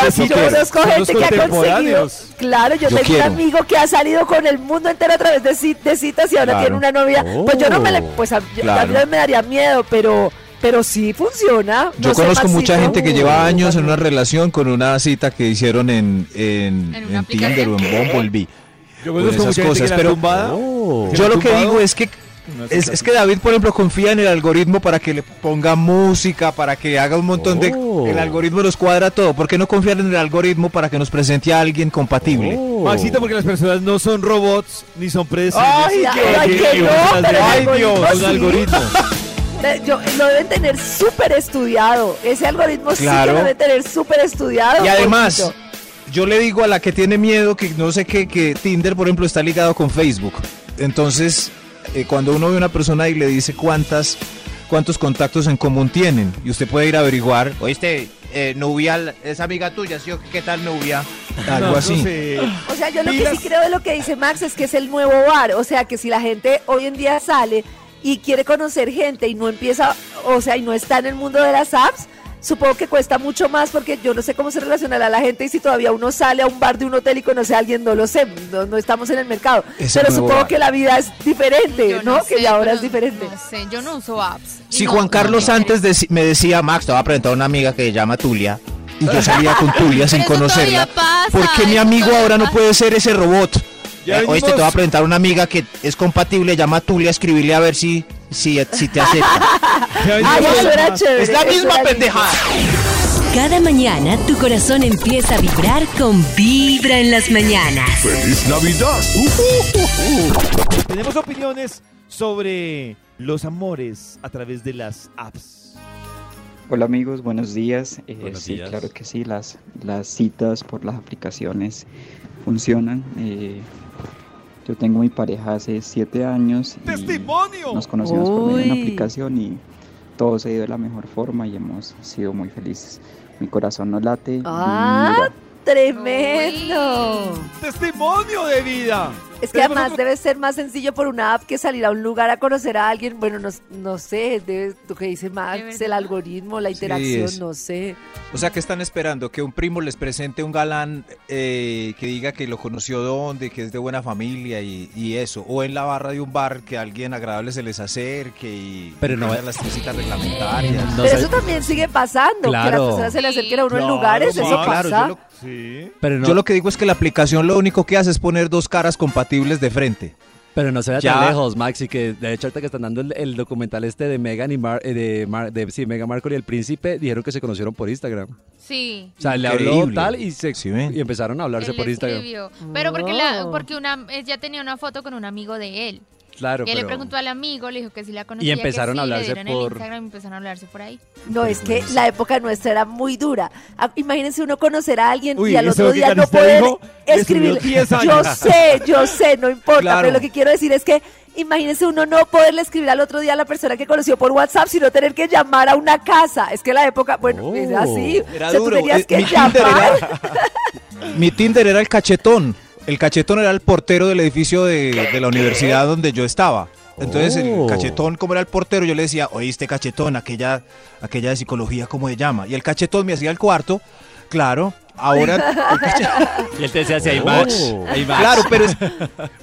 Speaker 5: No,
Speaker 2: Yo
Speaker 5: si yo
Speaker 2: quiero.
Speaker 5: conozco
Speaker 2: Son
Speaker 5: gente
Speaker 2: los
Speaker 5: que ha conseguido.
Speaker 2: contemporáneos.
Speaker 5: Claro, yo,
Speaker 4: Yo
Speaker 5: tengo
Speaker 4: quiero.
Speaker 5: un amigo que ha salido con el mundo entero a través de, ci- de citas y ahora
Speaker 4: Claro.
Speaker 5: tiene una novia. Pues yo no me le,
Speaker 4: Oh,
Speaker 5: pues a, yo- a mí
Speaker 4: claro.
Speaker 5: me daría miedo, pero, pero sí funciona.
Speaker 4: Yo
Speaker 5: No sé,
Speaker 4: conozco mucha
Speaker 5: Maxito.
Speaker 4: gente que lleva años en una
Speaker 5: Uy,
Speaker 4: relación con una cita que hicieron en, en,
Speaker 3: En
Speaker 4: en,
Speaker 3: una aplicación.
Speaker 4: Tinder o en Bumblebee.
Speaker 2: Yo
Speaker 4: Con
Speaker 2: conozco
Speaker 4: esas
Speaker 2: mucha gente
Speaker 4: cosas,
Speaker 2: que la
Speaker 4: pero
Speaker 2: tumbada. que
Speaker 4: yo
Speaker 2: la
Speaker 4: lo que
Speaker 2: tumbado.
Speaker 4: digo es que es, es que David, por ejemplo, confía en el algoritmo para que le ponga música, para que haga un montón
Speaker 6: Oh.
Speaker 4: de... El algoritmo los cuadra todo. ¿Por qué no confiar en el algoritmo para que nos presente a alguien compatible?
Speaker 2: Maxito, porque las personas no son robots ni son predecibles.
Speaker 5: Ay, ay, que no, pero el
Speaker 2: Ay, Dios,
Speaker 5: algoritmo
Speaker 2: un
Speaker 5: sí. <laughs>
Speaker 2: algoritmo.
Speaker 5: Te- yo- lo deben tener súper estudiado. Ese algoritmo sí que
Speaker 4: Claro.
Speaker 5: lo deben tener súper estudiado.
Speaker 4: Y además,
Speaker 5: Jorgito.
Speaker 4: yo le digo a la que tiene miedo que no sé qué, que Tinder, por ejemplo, está ligado con Facebook. Entonces, eh, cuando uno ve a una persona y le dice cuántas, cuántos contactos en común tienen, y usted puede ir a averiguar
Speaker 8: Oíste, eh, Nubia, es amiga tuya, ¿sí o qué? ¿Qué tal Nubia?
Speaker 4: algo así.
Speaker 5: O sea, yo lo que
Speaker 2: Pilas.
Speaker 5: sí creo de lo que dice Max es que es el nuevo bar. O sea, que si la gente hoy en día sale y quiere conocer gente y no empieza, o sea, y no está en el mundo de las apps, supongo que cuesta mucho más porque yo no sé cómo se relacionará la gente y si todavía uno sale a un bar de un hotel y conoce a alguien, no lo sé, no, no estamos en el mercado.
Speaker 4: Es el
Speaker 5: pero
Speaker 4: nuevo
Speaker 5: supongo
Speaker 4: bar.
Speaker 5: que la vida es diferente,
Speaker 3: Yo
Speaker 5: ¿no? que
Speaker 3: sé,
Speaker 5: ya ahora
Speaker 3: pero
Speaker 5: es diferente.
Speaker 3: No sé, yo no uso apps. Y
Speaker 4: Si
Speaker 3: no-
Speaker 4: Juan
Speaker 3: no
Speaker 4: Carlos
Speaker 3: quiero.
Speaker 4: antes deci- me decía, Max, te voy a presentar a una amiga que se llama Tulia, y
Speaker 3: <laughs>
Speaker 4: yo salía con Tulia sin
Speaker 3: Pero eso todavía
Speaker 4: conocerla,
Speaker 3: pasa,
Speaker 4: ¿por qué mi
Speaker 3: eso
Speaker 4: amigo
Speaker 3: todavía
Speaker 4: ahora no
Speaker 3: pasa.
Speaker 4: puede ser ese robot?
Speaker 2: Ya
Speaker 4: Eh, Oíste,
Speaker 2: venimos.
Speaker 4: te voy a presentar a una amiga que es compatible, llama a Tulia, escribirle a ver si, si, si te
Speaker 3: <laughs>
Speaker 4: acepta.
Speaker 5: Ay, eso era chévere.
Speaker 9: Es la
Speaker 5: eso
Speaker 9: misma
Speaker 5: era lindo.
Speaker 9: pendejada.
Speaker 1: Cada mañana tu corazón empieza a vibrar con Vibra en las mañanas.
Speaker 7: ¡Feliz Navidad!
Speaker 2: Tenemos opiniones sobre los amores a través de las apps.
Speaker 12: Hola amigos, buenos días. Eh,
Speaker 6: Buenos
Speaker 12: sí,
Speaker 6: días.
Speaker 12: claro que sí, las, las citas por las aplicaciones funcionan. Eh, yo tengo mi pareja hace siete años. y
Speaker 2: ¡Testimonio!
Speaker 12: Nos conocimos por medio de una
Speaker 5: Uy.
Speaker 12: aplicación y todo se dio de la mejor forma y hemos sido muy felices. Mi corazón no late. y
Speaker 5: Ah,
Speaker 12: mira,
Speaker 5: tremendo.
Speaker 3: Uy.
Speaker 2: ¡Testimonio de vida!
Speaker 5: Es que
Speaker 2: Tenemos
Speaker 5: además
Speaker 2: otro-
Speaker 5: debe ser más sencillo por una app que salir a un lugar a conocer a alguien. Bueno, no, no sé, debe, lo que dice Max,
Speaker 3: verdad.
Speaker 5: el algoritmo, la interacción,
Speaker 4: es.
Speaker 5: no sé.
Speaker 4: O sea, que están esperando? ¿Que un primo les presente un galán eh, que diga que lo conoció dónde, que es de buena familia y, y eso? ¿O en la barra de un bar que alguien agradable se les acerque y
Speaker 6: Pero no-
Speaker 4: tengan las visitas reglamentarias?
Speaker 6: No
Speaker 5: pero
Speaker 6: sé,
Speaker 5: eso también sigue pasando, que las
Speaker 6: Claro.
Speaker 5: personas se le acerquen a uno en
Speaker 2: Claro,
Speaker 5: lugares, eso
Speaker 2: Max,
Speaker 4: yo
Speaker 5: pasa.
Speaker 4: lo,
Speaker 2: Sí.
Speaker 6: pero no,
Speaker 4: yo lo que digo es que la aplicación lo único que hace es poner dos caras compatibles de frente.
Speaker 6: pero no se vea
Speaker 4: Ya.
Speaker 6: tan lejos, Maxi, que de hecho ahorita que están dando el, el documental este de Megan y Mar- eh, de, Mar- de- sí, Meghan Markle y el príncipe, dijeron que se conocieron por Instagram.
Speaker 3: Sí.
Speaker 6: O sea, le habló
Speaker 4: Increíble.
Speaker 6: tal y se
Speaker 4: Sí, ven.
Speaker 6: y empezaron a hablarse
Speaker 3: él
Speaker 6: por
Speaker 3: le
Speaker 6: Instagram.
Speaker 3: escribió. Pero porque, la,
Speaker 5: Oh.
Speaker 3: porque una, ella tenía una foto con un amigo de él.
Speaker 6: Claro,
Speaker 3: y él le
Speaker 6: pero-
Speaker 3: preguntó al amigo, le dijo que si la conocía. que
Speaker 6: empezaron
Speaker 3: sí,
Speaker 6: a
Speaker 3: le
Speaker 6: hablarse
Speaker 3: dieron el
Speaker 6: por-
Speaker 3: Instagram y empezaron a hablarse por ahí.
Speaker 5: No, es
Speaker 4: Pues,
Speaker 5: que la época nuestra era muy dura. Ah, Imagínense uno conocer a alguien
Speaker 2: Uy,
Speaker 5: y al
Speaker 2: ese
Speaker 5: otro día
Speaker 2: boquita
Speaker 5: no
Speaker 2: que usted
Speaker 5: poder
Speaker 2: dijo, le
Speaker 5: escribir.
Speaker 2: subió 10
Speaker 5: Yo
Speaker 2: años.
Speaker 5: sé, yo sé, no importa,
Speaker 4: Claro.
Speaker 5: pero lo que quiero decir es que imagínense uno no poderle escribir al otro día a la persona que conoció por WhatsApp, sino tener que llamar a una casa. Es que la época, bueno,
Speaker 6: Oh.
Speaker 5: es así.
Speaker 4: Era
Speaker 5: o sea,
Speaker 4: duro,
Speaker 5: tú tenías
Speaker 4: eh,
Speaker 5: que
Speaker 4: mi Tinder
Speaker 5: llamar.
Speaker 4: Mi Tinder era el cachetón. El cachetón era el portero del edificio de, de la universidad donde yo estaba. Entonces
Speaker 6: Oh.
Speaker 4: el cachetón, como era el portero, yo le decía, oíste Este cachetón, aquella, aquella de psicología, ¿cómo se llama? Y el cachetón me hacía el cuarto, claro.
Speaker 5: <laughs>
Speaker 4: Ahora, el cachetón-
Speaker 6: Y él te decía, si hay
Speaker 4: Oh.
Speaker 6: match, hay match.
Speaker 4: claro, pero es,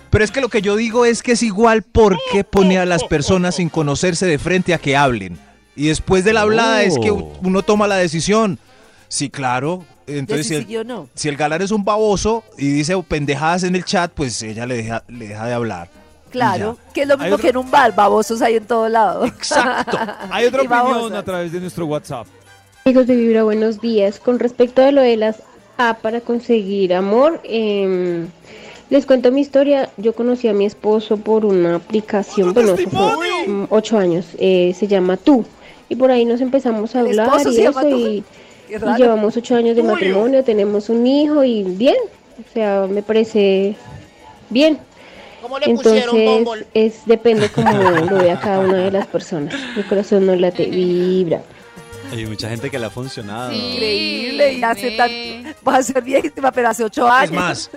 Speaker 4: pero es que lo que yo digo es que es igual porque pone a las personas sin conocerse de frente a que hablen. Y después de la hablada es que
Speaker 6: Oh.
Speaker 4: uno toma la decisión. Sí, claro.
Speaker 5: Entonces,
Speaker 4: Entonces,
Speaker 5: si
Speaker 4: el-
Speaker 5: siguió o no.
Speaker 4: si el galán es un baboso y dice pendejadas en el chat, pues ella le deja, le deja de hablar.
Speaker 5: Claro, que es lo
Speaker 2: Hay
Speaker 5: mismo
Speaker 2: otro-
Speaker 5: que en un bar, babosos hay en todo lado. <laughs>
Speaker 4: Exacto.
Speaker 2: Hay otra
Speaker 5: Y vamos
Speaker 2: opinión
Speaker 5: a-
Speaker 2: a través de nuestro WhatsApp.
Speaker 13: Amigos de Vibra, buenos días. Con respecto de lo de las A para conseguir amor, em, les cuento mi historia. Yo conocí a mi esposo por una aplicación, bueno, eso fue, mm, ocho años, eh, se llama Tú. Y por ahí nos empezamos a
Speaker 5: El
Speaker 13: hablar
Speaker 5: esposo
Speaker 13: y
Speaker 5: se
Speaker 13: eso,
Speaker 5: llama Tú.
Speaker 13: y,
Speaker 5: Qué
Speaker 13: y
Speaker 5: raro.
Speaker 13: llevamos ocho años de matrimonio, tenemos un hijo y bien, o sea, me parece bien.
Speaker 8: ¿Cómo le pusieron
Speaker 13: Entonces,
Speaker 8: Bumble?
Speaker 13: es, depende cómo lo vea cada una de las personas. Mi corazón no late, vibra.
Speaker 6: Hay mucha gente que le ha funcionado.
Speaker 3: Sí.
Speaker 5: Increíble, y hace
Speaker 3: ve.
Speaker 5: tanto. Va a ser víctima, pero hace ocho
Speaker 4: Es
Speaker 5: años.
Speaker 4: más,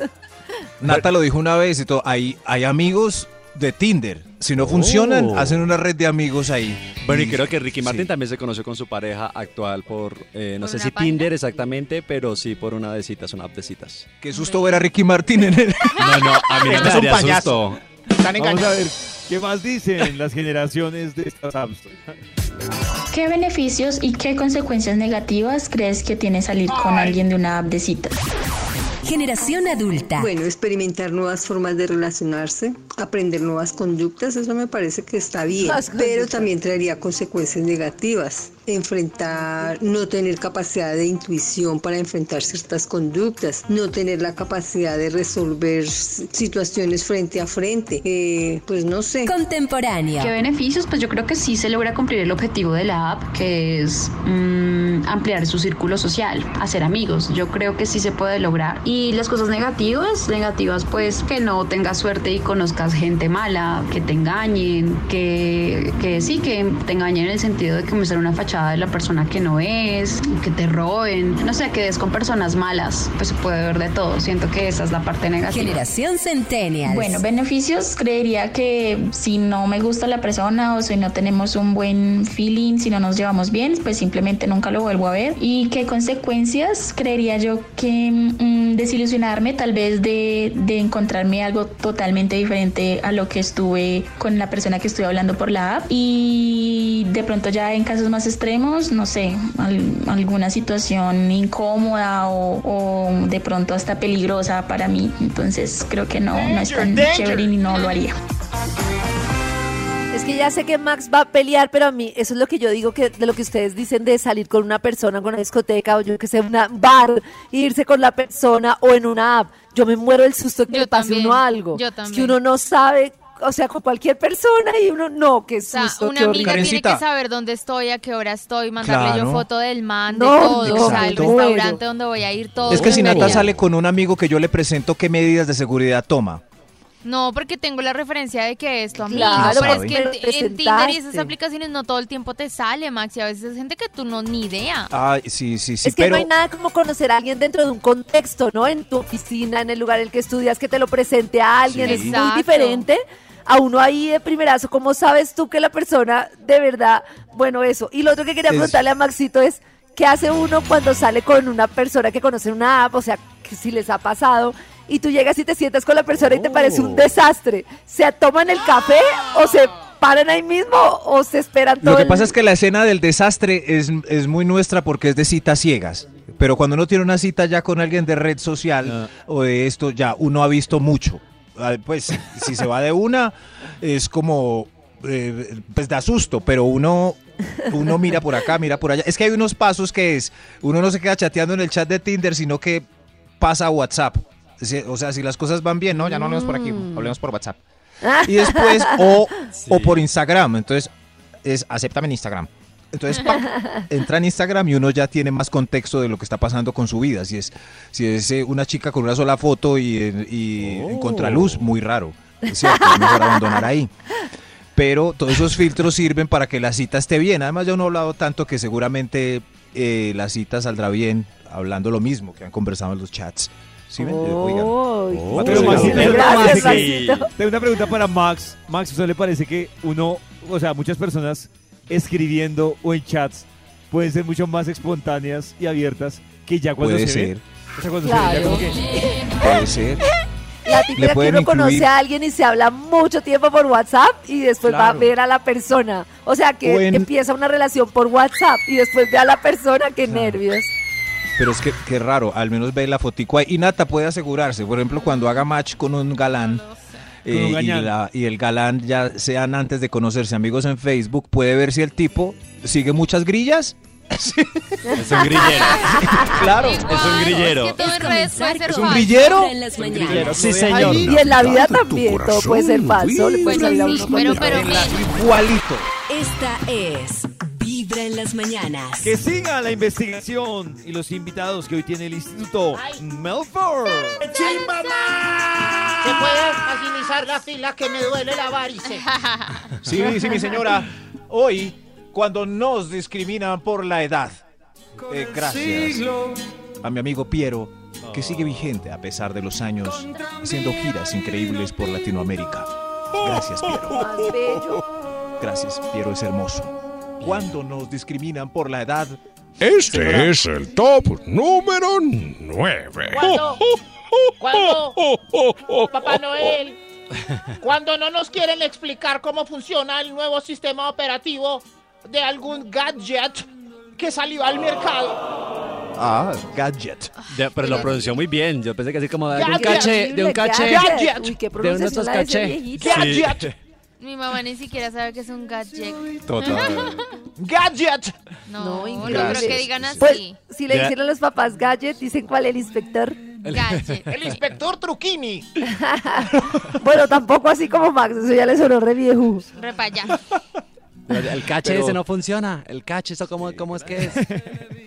Speaker 4: Nata lo dijo una vez y todo. Hay, hay amigos de Tinder. Si no funcionan,
Speaker 6: Oh.
Speaker 4: hacen una red de amigos ahí.
Speaker 6: Bueno, y creo que Ricky
Speaker 4: Sí.
Speaker 6: Martin también se conoció con su pareja actual por, eh, no
Speaker 3: ¿Por
Speaker 6: sé
Speaker 3: una
Speaker 6: si
Speaker 3: página?
Speaker 6: Tinder exactamente, pero sí por una de citas, una app de citas.
Speaker 4: Qué susto ver a Ricky Martin en el...
Speaker 6: No, no, a mí no
Speaker 8: Es
Speaker 6: me
Speaker 8: un
Speaker 6: daría
Speaker 8: payaso.
Speaker 6: susto.
Speaker 8: Están
Speaker 2: Vamos a
Speaker 8: engañados.
Speaker 2: ver qué más dicen las generaciones de estas apps.
Speaker 13: ¿Qué beneficios y qué consecuencias negativas crees que tiene salir con alguien de una app de citas?
Speaker 1: Generación adulta.
Speaker 10: Bueno, experimentar nuevas formas de relacionarse,
Speaker 11: aprender nuevas conductas, eso me parece que está bien,
Speaker 5: Las
Speaker 11: pero
Speaker 5: conductas.
Speaker 11: también traería consecuencias negativas. Enfrentar, no tener capacidad de intuición para enfrentar ciertas conductas, no tener la capacidad de resolver s- situaciones frente a frente, eh, pues no sé.
Speaker 1: Contemporánea.
Speaker 10: ¿Qué beneficios? Pues yo creo que sí se logra cumplir el objetivo de la app, que es mm, ampliar su círculo social, hacer amigos. Yo creo que sí se puede lograr. Y las cosas negativas, negativas pues que no tengas suerte y conozcas gente mala, que te engañen, que, que sí, que te engañen en el sentido de que muestran una fachada de la persona que no es, que te roben, no sé, que des con personas malas, pues se puede ver de todo. Siento que esa es la parte negativa.
Speaker 1: Generación Centennial.
Speaker 14: Bueno, beneficios, creería que si no me gusta la persona o si no tenemos un buen feeling, si no nos llevamos bien, pues simplemente nunca lo vuelvo a ver. ¿Y qué consecuencias? Creería yo que mm, desilusionarme tal vez de, de encontrarme algo totalmente diferente a lo que estuve con la persona que estoy hablando por la app. Y de pronto ya en casos más extremos, no sé, al- alguna situación incómoda o, o de pronto hasta peligrosa para mí. Entonces creo que no, no es tan
Speaker 5: Danger,
Speaker 14: chévere y no lo haría.
Speaker 5: Es que ya sé que Max va a pelear, pero a mí eso es lo que yo digo que de lo que ustedes dicen de salir con una persona con una discoteca o yo que sé, una bar, e irse con la persona o en una app. Yo me muero del susto que le pase
Speaker 3: también,
Speaker 5: uno algo.
Speaker 3: yo
Speaker 5: Es que
Speaker 3: también.
Speaker 5: uno no sabe, o sea, con cualquier persona y uno no, qué
Speaker 3: sea,
Speaker 5: susto,
Speaker 3: una
Speaker 5: qué
Speaker 3: amiga
Speaker 5: horrible.
Speaker 3: tiene que saber dónde estoy, a qué hora estoy, mandarle
Speaker 4: Claro.
Speaker 3: yo foto del man,
Speaker 5: No,
Speaker 3: de todo, o sea, el
Speaker 4: exacto.
Speaker 3: restaurante donde voy a ir,
Speaker 5: Oh,
Speaker 3: todo.
Speaker 4: Es que si Nata
Speaker 3: bienvenida.
Speaker 4: sale con un amigo que yo le presento, ¿qué medidas de seguridad toma?
Speaker 3: No, porque tengo la referencia de que esto a mí.
Speaker 4: Claro,
Speaker 3: pero es que
Speaker 5: pero
Speaker 3: en- en, Tinder y esas
Speaker 5: presentaste.
Speaker 3: aplicaciones no todo el tiempo te sale, Max, y a veces es gente que tú no ni idea.
Speaker 4: Ah, sí, sí, sí,
Speaker 5: es que
Speaker 4: pero...
Speaker 5: no hay nada como conocer a alguien dentro de un contexto, ¿no? En tu oficina, en el lugar en el que estudias, que te lo presente a alguien.
Speaker 4: Sí.
Speaker 5: Es
Speaker 4: Exacto.
Speaker 5: muy diferente a uno ahí de primerazo. ¿Cómo sabes tú que la persona de verdad, bueno, eso? Y lo otro que quería
Speaker 4: Es-
Speaker 5: preguntarle a Maxito es, ¿qué hace uno cuando sale con una persona que conoce en una app? O sea, que si les ha pasado. Y tú llegas y te sientas con la persona y te parece
Speaker 4: Oh.
Speaker 5: un desastre. ¿Se toman el café o se paran ahí mismo o se esperan todo
Speaker 4: Lo que
Speaker 5: el-
Speaker 4: pasa es que la escena del desastre es, es muy nuestra porque es de citas ciegas. Pero cuando uno tiene una cita ya con alguien de red social o de esto, ya uno ha visto mucho. Ah, Pues si se va de una, es como, eh, pues da susto, pero uno, uno mira por acá, mira por allá. Es que hay unos pasos que es, uno no se queda chateando en el chat de Tinder, sino que pasa a WhatsApp. Si- O sea, si las cosas van bien, no, ya no hablemos por aquí, hablemos por WhatsApp.
Speaker 5: Ah.
Speaker 4: Y después, o, o por Instagram. Entonces, es, acéptame en Instagram. Entonces, <laughs> ¡pam! entra en Instagram y uno ya tiene más contexto de lo que está pasando con su vida. Si es, si es eh, una chica con una sola foto y, en- y
Speaker 2: Oh.
Speaker 4: en contraluz, muy raro. Es cierto, es <laughs> mejor abandonar ahí. Pero todos esos filtros sirven para que la cita esté bien. Además, ya uno ha hablado tanto que seguramente eh, la cita saldrá bien hablando lo mismo que han conversado en los chats. ¿Sí ven? Oigan.
Speaker 2: Oh, Pero,
Speaker 4: Pero
Speaker 2: Maxito,
Speaker 4: Maxito,
Speaker 2: tengo una-
Speaker 4: gracias,
Speaker 2: sí.
Speaker 4: Maxito.
Speaker 2: Tengo una pregunta para Max. Max, ¿usted le parece que uno, o sea, muchas personas escribiendo o en chats pueden ser mucho más espontáneas y abiertas que ya cuando
Speaker 4: Puede
Speaker 2: se ven?
Speaker 4: ser.
Speaker 2: O sea, cuando se ven ya
Speaker 5: Claro.
Speaker 2: como que-
Speaker 4: Puede ser.
Speaker 5: La típica que uno
Speaker 4: pueden
Speaker 5: conoce
Speaker 4: incluir-
Speaker 5: a alguien y se habla mucho tiempo por WhatsApp y después va a
Speaker 4: Claro.
Speaker 5: ver a la persona. O sea, que
Speaker 4: O en-
Speaker 5: empieza una relación por WhatsApp y después ve a la persona. ¡Qué nervios!
Speaker 4: Pero es que qué raro, al menos ve la fotico ahí. Y Nata puede asegurarse, por ejemplo, cuando haga match con un galán
Speaker 2: Con un
Speaker 4: eh, y,
Speaker 2: gañán.
Speaker 4: la- y el galán ya sean antes de conocerse amigos en Facebook, puede ver si el tipo sigue muchas grillas. <laughs>
Speaker 15: Es un grillero.
Speaker 4: claro,
Speaker 15: es un grillero.
Speaker 3: Todo en redes puede ser
Speaker 4: ¿Es un
Speaker 3: falso.
Speaker 4: grillero?
Speaker 3: En las mañanas.
Speaker 15: grillero. Sí, señor.
Speaker 5: Y en la vida también todo puede ser falso. le puede
Speaker 1: Bueno,
Speaker 5: salir a
Speaker 1: sí,
Speaker 5: uno
Speaker 1: pero-
Speaker 5: con-
Speaker 1: pero-
Speaker 4: Igualito.
Speaker 1: Esta es Vibra en las mañanas.
Speaker 2: Que siga la investigación y los invitados que hoy tiene el Instituto Melford.
Speaker 8: ¡Chimba Se puede agilizar la fila que me duele la varice.
Speaker 4: Sí, sí, mi señora. Hoy, cuando nos discriminan por la edad. eh, gracias a mi amigo Piero, que sigue vigente a pesar de los años, haciendo giras increíbles por Latinoamérica. Gracias, Piero. <laughs>
Speaker 5: Más bello.
Speaker 4: Gracias, Piero es hermoso. Cuando nos discriminan por la edad,
Speaker 7: Este es el top número 9. <laughs>
Speaker 8: ¿Cuándo?
Speaker 7: Oh,
Speaker 8: ¿Cuándo? Papá Noel. Cuando no nos quieren explicar cómo funciona el nuevo sistema operativo de algún gadget que salió al mercado.
Speaker 4: Ah, gadget.
Speaker 6: pero lo pronunció muy bien. Yo pensé que así como de un
Speaker 3: Gadget.
Speaker 6: caché, de un caché.
Speaker 3: Gadget. Uy, qué
Speaker 6: De uno de estos
Speaker 3: pronunciación la de ese
Speaker 6: caché.
Speaker 3: viejito.
Speaker 6: Sí.
Speaker 3: Gadget. Mi mamá ni siquiera sabe que es un gadget.
Speaker 4: <laughs>
Speaker 6: Total.
Speaker 8: ¡Gadget!
Speaker 3: No, no,
Speaker 8: increíble.
Speaker 3: creo que digan así.
Speaker 5: Pues, si le
Speaker 6: Ya.
Speaker 5: hicieron los papás gadget, dicen cuál el inspector.
Speaker 8: El inspector Truquini.
Speaker 5: bueno, tampoco así como Max, eso ya le sonó re viejo.
Speaker 3: Repaya.
Speaker 6: Pero El caché
Speaker 4: Pero-
Speaker 6: ese no funciona. El caché, ¿eso cómo, cómo es que es?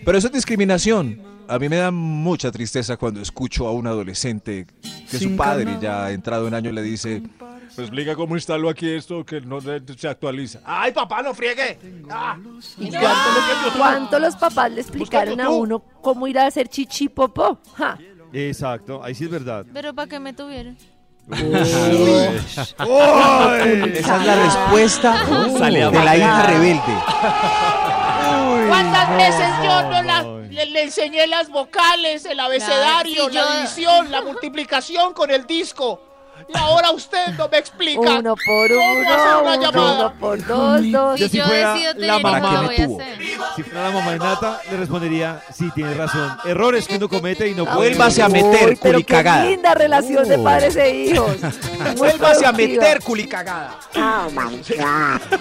Speaker 4: Pero eso es discriminación. A mí me da mucha tristeza cuando escucho a un adolescente que su
Speaker 7: Sin
Speaker 4: padre
Speaker 7: calma.
Speaker 4: ya entrado en año le dice, "Pues,
Speaker 7: Me explica cómo instalo aquí esto que no se se actualiza.
Speaker 8: ¡Ay, papá, no friegue! Ah.
Speaker 5: ¿Y cuánto, los, cuánto los papás le explicaron a uno cómo ir a hacer chichi popó? Ja.
Speaker 2: Exacto, ahí sí es verdad.
Speaker 3: Pero para que me tuvieron.
Speaker 4: Esa es la respuesta
Speaker 2: Oh.
Speaker 4: de la hija rebelde.
Speaker 8: ¿Cuántas
Speaker 4: no,
Speaker 8: veces yo
Speaker 4: no,
Speaker 8: no la- le, le enseñé las vocales, el abecedario,
Speaker 3: sí,
Speaker 8: la
Speaker 3: yo-
Speaker 8: división, la multiplicación con el disco? Y ahora usted no me explica.
Speaker 5: Uno por
Speaker 8: ¿Cómo hacer una
Speaker 5: uno,
Speaker 8: llamada?
Speaker 5: uno por dos, dos.
Speaker 2: Yo si fuera la mamá,
Speaker 5: ¿Para qué me tuvo?
Speaker 2: si fuera la mamá de Nata, le respondería, sí, tienes razón. Errores que uno comete y no puede.
Speaker 4: Vuélvase a meter,
Speaker 5: Uy, pero qué
Speaker 4: culicagada.
Speaker 5: linda relación de padres e hijos. <laughs> Muy
Speaker 9: Vuélvase a
Speaker 5: productiva.
Speaker 9: meter, culicagada.
Speaker 5: Oh my God.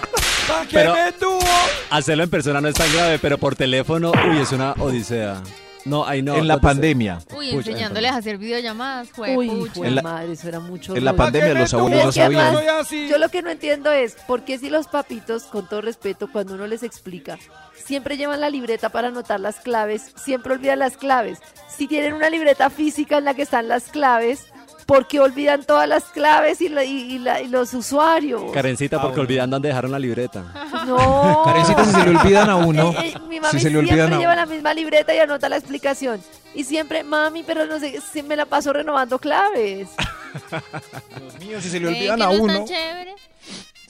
Speaker 6: Pero-
Speaker 9: me tuvo?
Speaker 6: Hacerlo en persona no es tan grave, pero por teléfono, uy, es una odisea. No, ahí no.
Speaker 4: En la
Speaker 6: no te sé.
Speaker 4: pandemia.
Speaker 3: Uy,
Speaker 6: Pucha,
Speaker 3: enseñándoles a hacer videollamadas, jue
Speaker 5: Uy,
Speaker 3: pucha.
Speaker 5: hijo de
Speaker 4: En la-
Speaker 5: madre, eso era mucho.
Speaker 4: en la
Speaker 5: rollo.
Speaker 4: pandemia los abuelos no
Speaker 5: Es que además,
Speaker 4: sabían.
Speaker 5: Yo lo que no entiendo es por qué si los papitos, con todo respeto, cuando uno les explica, siempre llevan la libreta para anotar las claves, siempre olvidan las claves. Si tienen una libreta física en la que están las claves, ¿por qué olvidan todas las claves y, la- y- y la- y
Speaker 3: <laughs>
Speaker 5: los usuarios?
Speaker 6: Karencita,
Speaker 4: Ah,
Speaker 6: porque olvidando dónde dejaron la libreta.
Speaker 5: No.
Speaker 4: Karencita, si se le olvidan a uno,
Speaker 5: <laughs> Eh, eh, mi mami
Speaker 4: si se le
Speaker 5: siempre
Speaker 4: olvidan a
Speaker 5: lleva
Speaker 4: uno.
Speaker 5: la misma libreta y anota la explicación. Y siempre, mami, pero no sé, si me la paso renovando claves.
Speaker 4: Dios mío, si se le
Speaker 3: Ey,
Speaker 4: olvidan
Speaker 3: que
Speaker 4: a
Speaker 3: no es tan
Speaker 4: uno,
Speaker 3: chévere.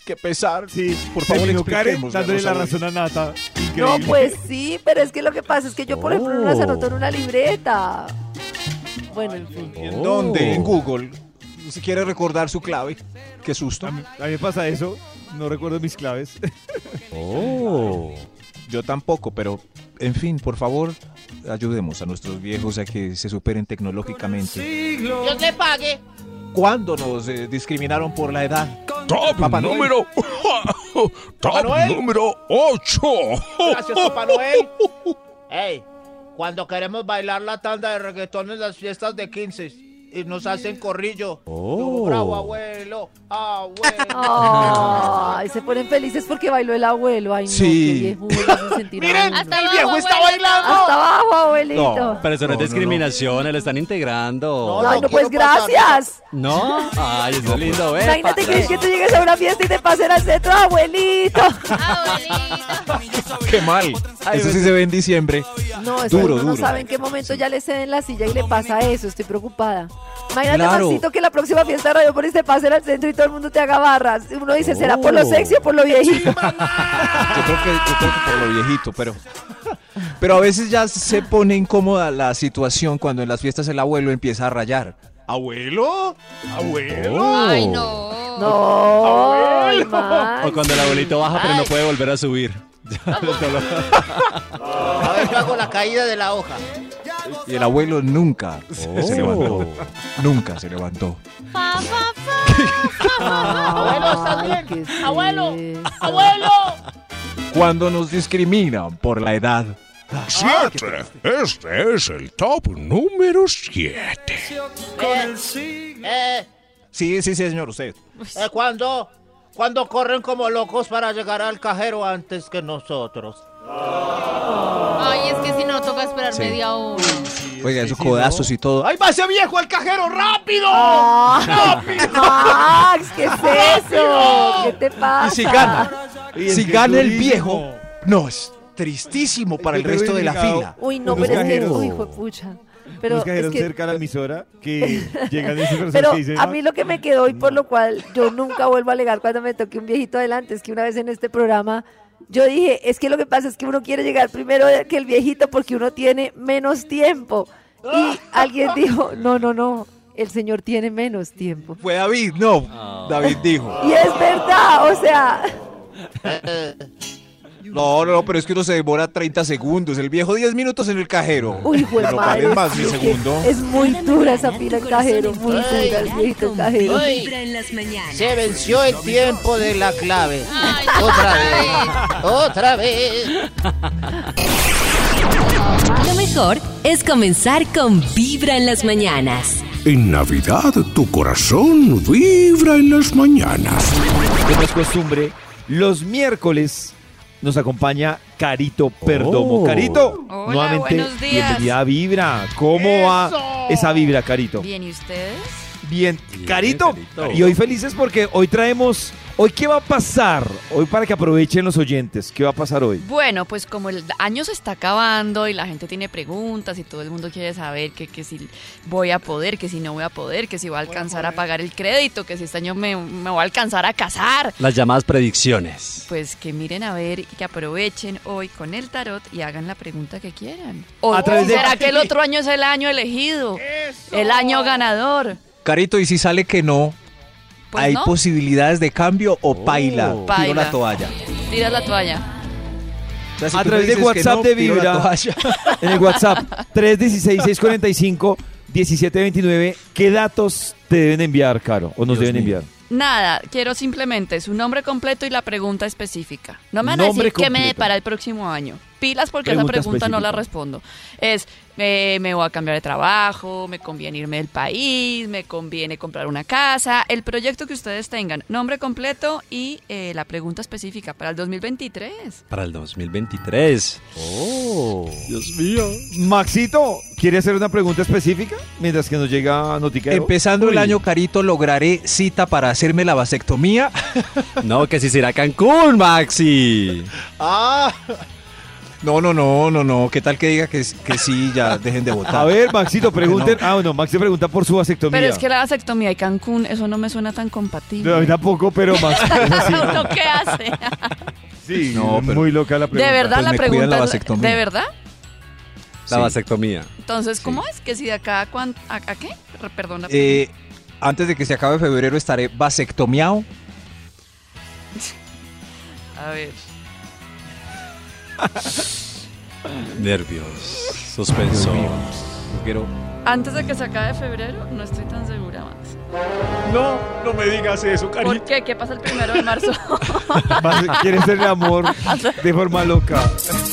Speaker 4: qué pesar.
Speaker 2: Sí,
Speaker 4: por favor,
Speaker 2: Terminó Karen
Speaker 4: expliquemos.
Speaker 2: dándole
Speaker 4: vamos
Speaker 2: la
Speaker 4: a ver.
Speaker 2: razón a Nata.
Speaker 5: No,
Speaker 2: Increíble.
Speaker 5: pues sí, pero es que lo que pasa es que yo, por ejemplo, no las anoto en una libreta. Bueno, en fin.
Speaker 4: ¿En
Speaker 2: Oh.
Speaker 4: dónde? En Google. Si quiere recordar su clave. Qué susto.
Speaker 2: A mí, a mí me pasa eso, no recuerdo mis claves.
Speaker 4: Oh. Yo tampoco, pero en fin, por favor, ayudemos a nuestros viejos a que se superen tecnológicamente.
Speaker 8: Dios le pague.
Speaker 4: ¿Cuándo nos eh, discriminaron por la edad?
Speaker 7: Top
Speaker 4: Papá Noel.
Speaker 7: número.
Speaker 4: <laughs>
Speaker 7: Top número 8.
Speaker 8: Gracias,
Speaker 4: <laughs>
Speaker 8: Papá Noel. Ey, cuando queremos bailar la tanda de reggaetón en las fiestas de 15 y nos hacen corrillo. Yo,
Speaker 4: Oh.
Speaker 8: bravo, abuelo. Abuelo.
Speaker 5: Ay, se ponen felices porque bailó el abuelo. Ay, no,
Speaker 4: Sí.
Speaker 5: qué viejo, hacen sentir a
Speaker 8: Miren,
Speaker 5: uno.
Speaker 3: Hasta
Speaker 8: el
Speaker 3: abajo,
Speaker 8: viejo está
Speaker 3: abuelo.
Speaker 8: bailando.
Speaker 5: Hasta abajo, abuelito. No,
Speaker 6: Pero
Speaker 4: No, no,
Speaker 6: eso no, es
Speaker 4: no.
Speaker 6: discriminación, le están integrando.
Speaker 5: Ay,
Speaker 8: no
Speaker 5: no,
Speaker 8: quiero
Speaker 5: pues gracias.
Speaker 6: No, ay, eso es lindo, ¿eh?
Speaker 5: Imagínate que, es que tú llegues a una fiesta y te pasen al centro, abuelito.
Speaker 4: ¡Qué mal! Eso sí se ve en diciembre.
Speaker 5: <laughs> No, es
Speaker 4: Duro,
Speaker 5: que uno no
Speaker 4: duro.
Speaker 5: sabe en qué momento ya le ceden la silla y le pasa eso. Estoy preocupada. Imagínate,
Speaker 4: Claro.
Speaker 5: Maxito, que la próxima fiesta de Radio Polis te pasen al centro y todo el mundo te haga barras. Uno dice, ¿será Ah, por lo sexy o por lo viejito?
Speaker 4: Yo creo que, yo creo que por lo viejito, pero. Pero a veces ya se pone incómoda la situación cuando en las fiestas el abuelo empieza a rayar. Oh. ¿Abuelo? ¿Abuelo?
Speaker 3: Ay, no.
Speaker 5: No, ay, Max.
Speaker 6: O cuando el abuelito baja, pero no puede volver a subir.
Speaker 8: A ver, yo hago la caída de la hoja.
Speaker 4: Y el abuelo nunca se levantó. Nunca se levantó.
Speaker 3: Pa, pa, pa.
Speaker 8: Abuelo, ¿estás
Speaker 5: Ay,
Speaker 8: bien?
Speaker 5: qué
Speaker 8: Abuelo,
Speaker 5: sí.
Speaker 8: abuelo.
Speaker 4: Cuando nos discriminan por la edad.
Speaker 7: 7. Este es el top número 7.
Speaker 8: Eh,
Speaker 4: Sí, sí, sí, señor, usted.
Speaker 8: eh, cuando, cuando corren como locos para llegar al cajero antes que nosotros.
Speaker 3: Ay, es que si no toca esperar
Speaker 4: Sí.
Speaker 3: media hora.
Speaker 4: Oiga, esos codazos y todo.
Speaker 8: ¡Ahí va ese viejo al cajero! ¡Rápido!
Speaker 5: Max, ¿qué es eso? ¿Qué te pasa?
Speaker 4: Y si gana,
Speaker 2: Y es
Speaker 4: si
Speaker 2: que
Speaker 4: gana el
Speaker 2: durísimo.
Speaker 4: viejo, no, es tristísimo para el
Speaker 2: Yo creo
Speaker 4: resto de la
Speaker 2: indicado-
Speaker 4: fila.
Speaker 5: Uy, no,
Speaker 2: Unos
Speaker 5: pero es que,
Speaker 2: cajeros.
Speaker 5: uy, hijo de pucha. Pero
Speaker 2: Los cajeros
Speaker 5: es que
Speaker 2: cerca a la emisora que
Speaker 5: <laughs>
Speaker 2: llegan y esas personas
Speaker 5: Pero
Speaker 2: que dicen, "Ah,
Speaker 5: a mí lo que me quedó y por lo cual yo nunca vuelvo a alegar cuando me toque un viejito adelante es que una vez en este programa yo dije, es que lo que pasa es que uno quiere llegar primero que el viejito porque uno tiene menos tiempo. Y alguien dijo, no, no, no, el señor tiene menos tiempo.
Speaker 4: Fue David,
Speaker 6: Ah.
Speaker 4: no. David dijo.
Speaker 5: Y es verdad, o sea,
Speaker 4: No, no, no, pero es que uno se demora 30 segundos. El viejo 10 minutos en el cajero.
Speaker 5: Uy, hijo de
Speaker 4: Pero ¿cuál
Speaker 5: madre.
Speaker 4: es más, mi
Speaker 5: es que
Speaker 4: segundo?
Speaker 5: Es muy dura esa fila del cajero, muy
Speaker 8: Ay,
Speaker 5: dura el viejito del cajero.
Speaker 8: Ay. Se venció el tiempo de la clave. Otra vez. Otra vez.
Speaker 1: Lo mejor es comenzar con Vibra en las mañanas.
Speaker 7: En Navidad tu corazón vibra en las mañanas.
Speaker 2: Como es costumbre, los miércoles nos acompaña Carito Perdomo.
Speaker 7: Oh.
Speaker 2: Carito,
Speaker 16: Hola,
Speaker 2: nuevamente,
Speaker 16: buenos días.
Speaker 2: bienvenida a Vibra. ¿Cómo va esa Vibra, Carito?
Speaker 16: Bien, ¿y ustedes?
Speaker 2: Bien, Carito. Y hoy felices porque hoy traemos. ¿Hoy qué va a pasar? Hoy para que aprovechen los oyentes. ¿Qué va a pasar hoy?
Speaker 16: Bueno, pues como el año se está acabando y la gente tiene preguntas y todo el mundo quiere saber que, que si voy a poder, que si no voy a poder, que si voy a alcanzar a pagar el crédito, que si este año me, me voy a alcanzar a casar.
Speaker 6: Las llamadas predicciones.
Speaker 16: Pues que miren a ver y que aprovechen hoy con el tarot y hagan la pregunta que quieran.
Speaker 4: A
Speaker 16: O
Speaker 4: través de-
Speaker 16: será que el otro año es el año elegido, el año ganador.
Speaker 4: Carito, y si sale que no,
Speaker 16: Pues
Speaker 4: ¿hay
Speaker 16: no.
Speaker 4: posibilidades de cambio
Speaker 6: Oh.
Speaker 4: o paila? Tiro
Speaker 16: Paila.
Speaker 4: la toalla.
Speaker 16: Tira la toalla.
Speaker 4: O sea, si tú
Speaker 2: a
Speaker 4: me
Speaker 2: través de
Speaker 4: dices que
Speaker 2: WhatsApp
Speaker 4: no,
Speaker 2: de
Speaker 4: tiro la
Speaker 2: Vibra.
Speaker 4: toalla.
Speaker 2: <laughs> En el WhatsApp
Speaker 16: <laughs>
Speaker 2: 316-645-1729. ¿Qué datos te deben enviar, Caro? ¿O nos deben enviar?
Speaker 16: Nada, quiero simplemente su nombre completo y la pregunta específica. No me van a
Speaker 2: Nombre
Speaker 16: decir qué me
Speaker 2: completo.
Speaker 16: depara el próximo año. Pilas porque
Speaker 17: Pregunta
Speaker 16: esa pregunta no la
Speaker 17: específica.
Speaker 16: respondo. Es, eh, me voy a cambiar de trabajo, me conviene irme del país, me conviene comprar una casa, el proyecto que ustedes tengan, nombre completo y eh, la pregunta específica para el 2023.
Speaker 6: Para el 2023. Oh. Dios mío.
Speaker 2: Maxito, ¿quiere hacer una pregunta específica mientras que nos llega notica? de voz?
Speaker 4: Empezando el
Speaker 2: Uy.
Speaker 4: año, Carito, lograré cita para hacerme la vasectomía.
Speaker 6: No, que si será
Speaker 4: <laughs>
Speaker 6: Cancún, Maxi.
Speaker 4: Ah. No, no, no, no, no. ¿Qué tal que diga que, que sí? Ya dejen de votar.
Speaker 2: A
Speaker 4: <laughs>
Speaker 2: ver, Maxito, pregunten.
Speaker 4: Que
Speaker 2: Ah, bueno, Maxi pregunta por su vasectomía.
Speaker 16: Pero es que la vasectomía y Cancún, eso no me suena tan compatible.
Speaker 2: No, a mí tampoco, pero Maxi.
Speaker 16: ¿Uno qué hace?
Speaker 2: Sí, muy loca la pregunta.
Speaker 16: ¿De verdad
Speaker 6: Pues
Speaker 16: la pregunta? es-
Speaker 6: vasectomía.
Speaker 16: ¿De verdad?
Speaker 6: La vasectomía.
Speaker 16: Entonces, ¿cómo es que si de acá a cuán- a, a qué? Re- Perdón. la
Speaker 4: Eh, antes de que se acabe febrero estaré vasectomiado.
Speaker 16: pregunta. a ver.
Speaker 6: Nervios. Suspenso. Quiero.
Speaker 16: Antes de que se acabe febrero, no estoy tan segura más.
Speaker 4: No, no me digas eso,
Speaker 16: ¿Por qué? ¿Qué pasa el primero de
Speaker 4: <laughs>
Speaker 16: marzo?
Speaker 2: Vas- Quiere hacer el amor de forma loca.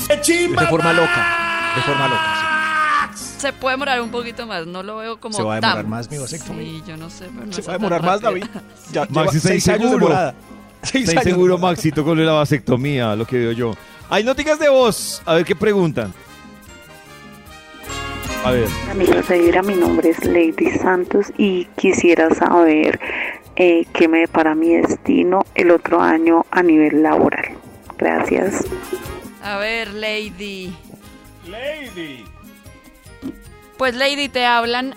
Speaker 4: De forma loca. De forma loca. sí.
Speaker 16: se puede demorar un poquito más. No lo veo como.
Speaker 4: Se va a demorar
Speaker 16: tan-
Speaker 4: más mi vasectomía.
Speaker 16: Sí, yo no sé. pero no
Speaker 4: Se
Speaker 16: está
Speaker 4: va a
Speaker 16: tan
Speaker 4: demorar más,
Speaker 16: rápido.
Speaker 4: David. Ya lleva
Speaker 2: Maxi está
Speaker 4: seis años de
Speaker 2: inseguro.
Speaker 4: morada. Seis
Speaker 2: Está
Speaker 4: años de
Speaker 2: inseguro, Maxito, con lo de la vasectomía, lo que veo yo. Hay noticas de voz. A ver qué preguntan. A ver.
Speaker 18: Amigos de Vibra, mi nombre es Lady Santos y quisiera saber eh, qué me depara mi destino el otro año a nivel laboral. Gracias.
Speaker 16: A ver, Lady.
Speaker 2: Lady.
Speaker 16: Pues, Lady, te hablan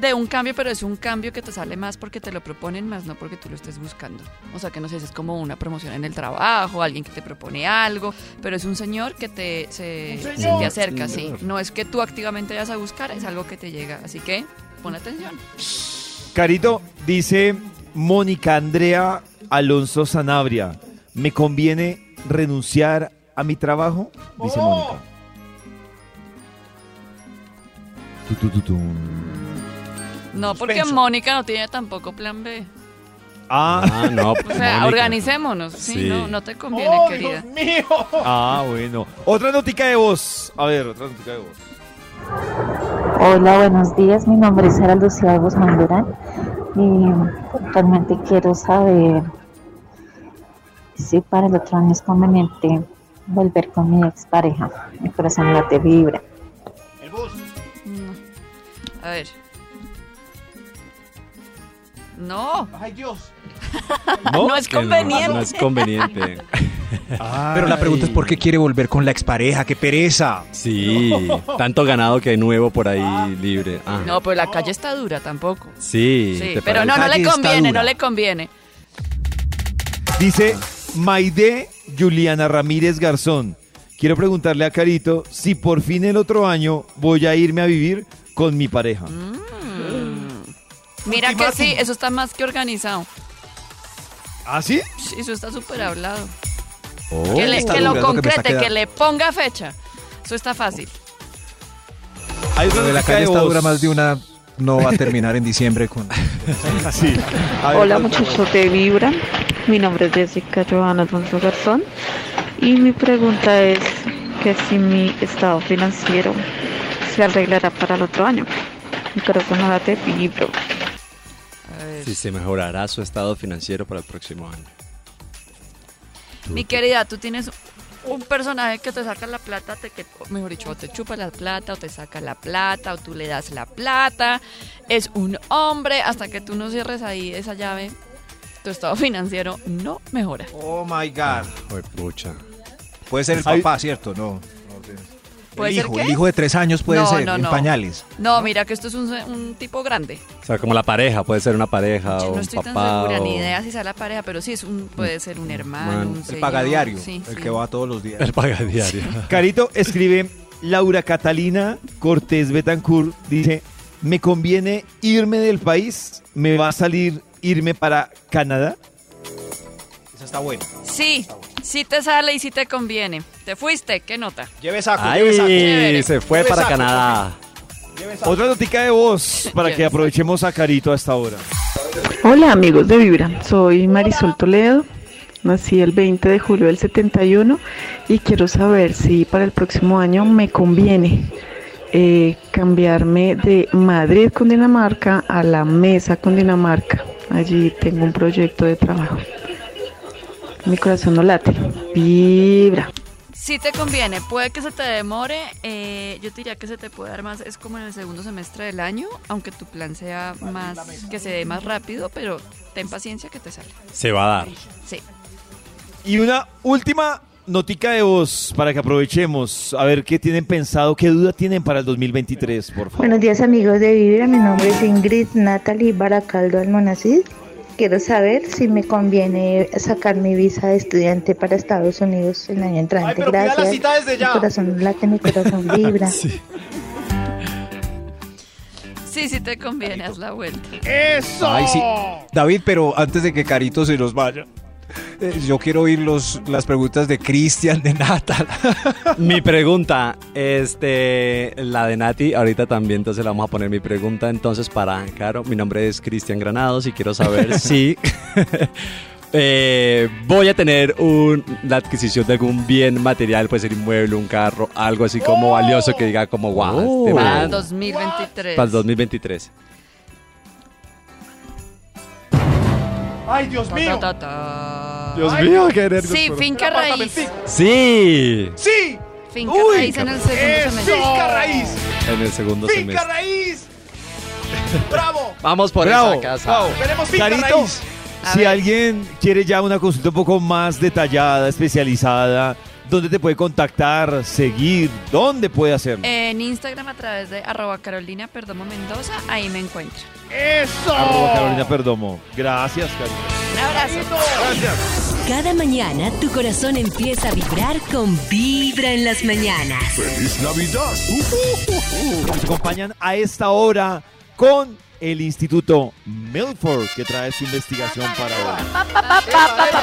Speaker 16: de un cambio, pero es un cambio que te sale más porque te lo proponen más, no porque tú lo estés buscando. O sea, que no sé, es como una promoción en el trabajo, alguien que te propone algo, pero es un señor que te, se,
Speaker 17: Un
Speaker 16: se
Speaker 17: señor.
Speaker 16: te acerca, sí.
Speaker 17: Señor.
Speaker 16: No es que tú activamente vayas a buscar, es algo que te llega. Así que, pon atención.
Speaker 2: Carito, dice Mónica Andrea Alonso Sanabria. ¿Me conviene renunciar a mi trabajo? Dice
Speaker 16: ¡Oh!
Speaker 2: Mónica. Tu, tu, tu, tu.
Speaker 16: No, porque Mónica no tiene tampoco plan B.
Speaker 2: Ah,
Speaker 6: no.
Speaker 16: <laughs> O sea, organicémonos. Sí,
Speaker 2: Sí.
Speaker 16: No, no te conviene,
Speaker 17: ¡Oh,
Speaker 16: querida.
Speaker 2: Ah, bueno. Otra notica de voz. A ver, otra notica de voz.
Speaker 19: Hola, buenos días. Mi nombre es Geraldo Ciagos Mandurán y realmente quiero saber si para el otro año es conveniente volver con mi expareja. Mi corazón no te vibra.
Speaker 16: No. A ver. No. <laughs>
Speaker 8: Ay, Dios.
Speaker 16: No, es
Speaker 4: Que no,
Speaker 16: conveniente.
Speaker 4: no es conveniente.
Speaker 2: Ah.
Speaker 4: Pero la pregunta es por qué quiere volver con la expareja. ¡Qué pereza!
Speaker 6: Sí. Tanto ganado que hay nuevo por ahí libre. Ah.
Speaker 16: No, pero la calle está dura tampoco.
Speaker 6: Sí.
Speaker 16: Sí,
Speaker 6: te
Speaker 16: pero
Speaker 6: parece.
Speaker 16: no, no le
Speaker 6: Calle está
Speaker 16: conviene,
Speaker 6: dura.
Speaker 16: no le conviene.
Speaker 2: Dice Maide Juliana Ramírez Garzón. Quiero preguntarle a Carito si por fin el otro año voy a irme a vivir con mi pareja.
Speaker 16: Mm. Mira que sí, eso está más que organizado.
Speaker 2: ¿Ah, sí?
Speaker 16: Sí, Eso está súper hablado. que, le-
Speaker 4: Está
Speaker 16: que lo
Speaker 4: dura, es lo que me está
Speaker 16: concrete, que,
Speaker 4: quedando.
Speaker 16: le ponga fecha. Eso está fácil.
Speaker 2: Ahí es
Speaker 4: Lo
Speaker 2: donde
Speaker 4: de la
Speaker 2: se cae
Speaker 4: calle está
Speaker 2: vos.
Speaker 4: dura más de una. No va a terminar en diciembre
Speaker 2: <laughs>
Speaker 4: con.
Speaker 2: Así.
Speaker 17: Hola muchachos de Vibra, mi nombre es Jessica Joana Alonso Garzón y mi pregunta es que si mi estado financiero se arreglará para el otro año. Mi corazón ahora te vibro.
Speaker 6: Si se mejorará su estado financiero para el próximo año.
Speaker 16: Mi querida, tú tienes un personaje que te saca la plata, te, que, o mejor dicho, o te chupa la plata, o te saca la plata, o tú le das la plata. Es un hombre, hasta que tú no cierres ahí esa llave, tu estado <laughs> financiero no mejora.
Speaker 2: Oh my God.
Speaker 4: Joder, pucha. Puede ser el
Speaker 2: Ay.
Speaker 4: papá, ¿cierto? No. no tiene-
Speaker 16: ¿Puede
Speaker 4: el
Speaker 16: ser
Speaker 4: hijo,
Speaker 16: qué?
Speaker 4: el hijo de tres años puede
Speaker 16: No,
Speaker 4: ser,
Speaker 16: no,
Speaker 4: en
Speaker 16: no.
Speaker 4: pañales.
Speaker 16: No, mira que esto es un, un tipo grande.
Speaker 6: O sea, como la pareja, puede ser una pareja
Speaker 16: Yo
Speaker 6: o
Speaker 4: Oh,
Speaker 16: no
Speaker 6: un
Speaker 16: estoy tan
Speaker 6: papá.
Speaker 16: segura
Speaker 6: o-
Speaker 16: ni idea si sea la pareja, pero sí es un, puede ser un hermano,
Speaker 6: man.
Speaker 16: un
Speaker 6: El
Speaker 16: señor,
Speaker 4: pagadiario,
Speaker 16: sí,
Speaker 4: el
Speaker 16: sí.
Speaker 4: que va todos los días.
Speaker 6: <laughs> El pagadiario.
Speaker 2: Carito escribe Laura Catalina Cortés Betancourt dice, "Me conviene irme del país, me va a salir irme para Canadá."
Speaker 4: Esa está buena.
Speaker 16: Sí, sí te sale y sí te conviene. Te fuiste, ¿qué nota?
Speaker 8: Lleve
Speaker 6: ¡Ay! Se fue
Speaker 16: Lleve
Speaker 6: para
Speaker 16: saco,
Speaker 6: Canadá.
Speaker 2: Otra notica de voz para que aprovechemos a Carito hasta ahora.
Speaker 17: Hola amigos de Vibra, soy Marisol Toledo, nací el 20 de julio del 71 y quiero saber si para el próximo año me conviene eh, cambiarme de Madrid con Dinamarca a la mesa con Dinamarca. Allí tengo un proyecto de trabajo. Mi corazón no late, vibra.
Speaker 16: Sí te conviene, puede que se te demore, eh, yo te diría que se te puede dar más, es como en el segundo semestre del año, aunque tu plan sea más, que se dé más rápido, pero ten paciencia que te sale.
Speaker 6: Se va a dar.
Speaker 16: Sí.
Speaker 2: Y una última notica de voz para que aprovechemos a ver qué tienen pensado, qué duda tienen para el 2023, por favor.
Speaker 20: Buenos días amigos de Vibra, mi nombre es Ingrid Natalie Baracaldo Almonacid. Quiero saber si me conviene sacar mi visa de estudiante para Estados Unidos el año entrante.
Speaker 8: Ay, pero pida la
Speaker 20: Gracias.
Speaker 8: cita desde ya.
Speaker 20: Mi corazón late, mi corazón
Speaker 8: <laughs>
Speaker 20: vibra.
Speaker 16: Sí, sí te conviene, haz la vuelta.
Speaker 8: ¡Eso!
Speaker 4: Ay, sí. David, pero antes de que Carito se nos vaya, eh, yo quiero oír los, las preguntas de Cristian, de Natal.
Speaker 6: Mi pregunta, este, la de Nati, ahorita también, entonces la vamos a poner mi pregunta entonces para Caro. Mi nombre es Cristian Granados y quiero
Speaker 16: <laughs>
Speaker 6: saber si <laughs> eh, voy a tener un- la adquisición de algún bien material, puede ser inmueble, un carro, algo así
Speaker 16: Oh.
Speaker 6: como valioso que diga como wow, este man,
Speaker 16: Para el 2023.
Speaker 6: para el 2023.
Speaker 8: ¡Ay, Dios mío!
Speaker 6: Dios
Speaker 8: Ay,
Speaker 6: mío, qué nervios,
Speaker 16: Sí,
Speaker 6: pero-
Speaker 16: finca raíz.
Speaker 6: Sí,
Speaker 8: ¡Sí!
Speaker 16: Finca
Speaker 8: Uy,
Speaker 16: raíz en el segundo
Speaker 8: eso.
Speaker 16: semestre.
Speaker 8: Finca raíz.
Speaker 6: en el segundo
Speaker 8: ¡Finca
Speaker 6: semestre.
Speaker 8: raíz! ¡Bravo!
Speaker 6: Vamos por
Speaker 2: Bravo,
Speaker 6: esa casa.
Speaker 2: bravo.
Speaker 8: Queremos finca
Speaker 2: Carito,
Speaker 8: raíz.
Speaker 16: A
Speaker 2: si
Speaker 16: ver.
Speaker 2: alguien quiere ya una consulta un poco más detallada, especializada, ¿dónde te puede contactar, seguir? ¿Dónde puede hacerlo?
Speaker 16: En Instagram a través de arroba carolina perdomo mendoza, ahí me encuentro.
Speaker 5: Eh.
Speaker 8: ¡Eso!
Speaker 2: Arroba Carolina Perdomo. Gracias, Carito.
Speaker 16: Un abrazo.
Speaker 1: Cada mañana tu corazón empieza a vibrar con Vibra en las mañanas.
Speaker 7: ¡Feliz Navidad!
Speaker 2: Nos acompañan a esta hora con el Instituto Milford, que trae su investigación para hoy.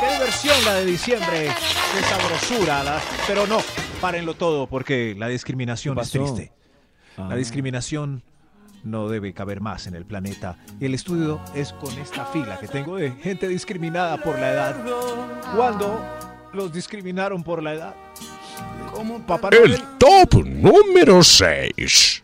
Speaker 4: Qué diversión la de diciembre, qué sabrosura, la- pero no, párenlo todo porque la discriminación
Speaker 2: ¿Qué
Speaker 4: es
Speaker 2: pasó? Ah.
Speaker 4: triste. La discriminación no debe caber más en el planeta. Y el estudio es con esta fila que tengo de gente discriminada por la edad. ¿Cuándo los discriminaron por la edad? ¿Cómo papá
Speaker 7: El top número 6.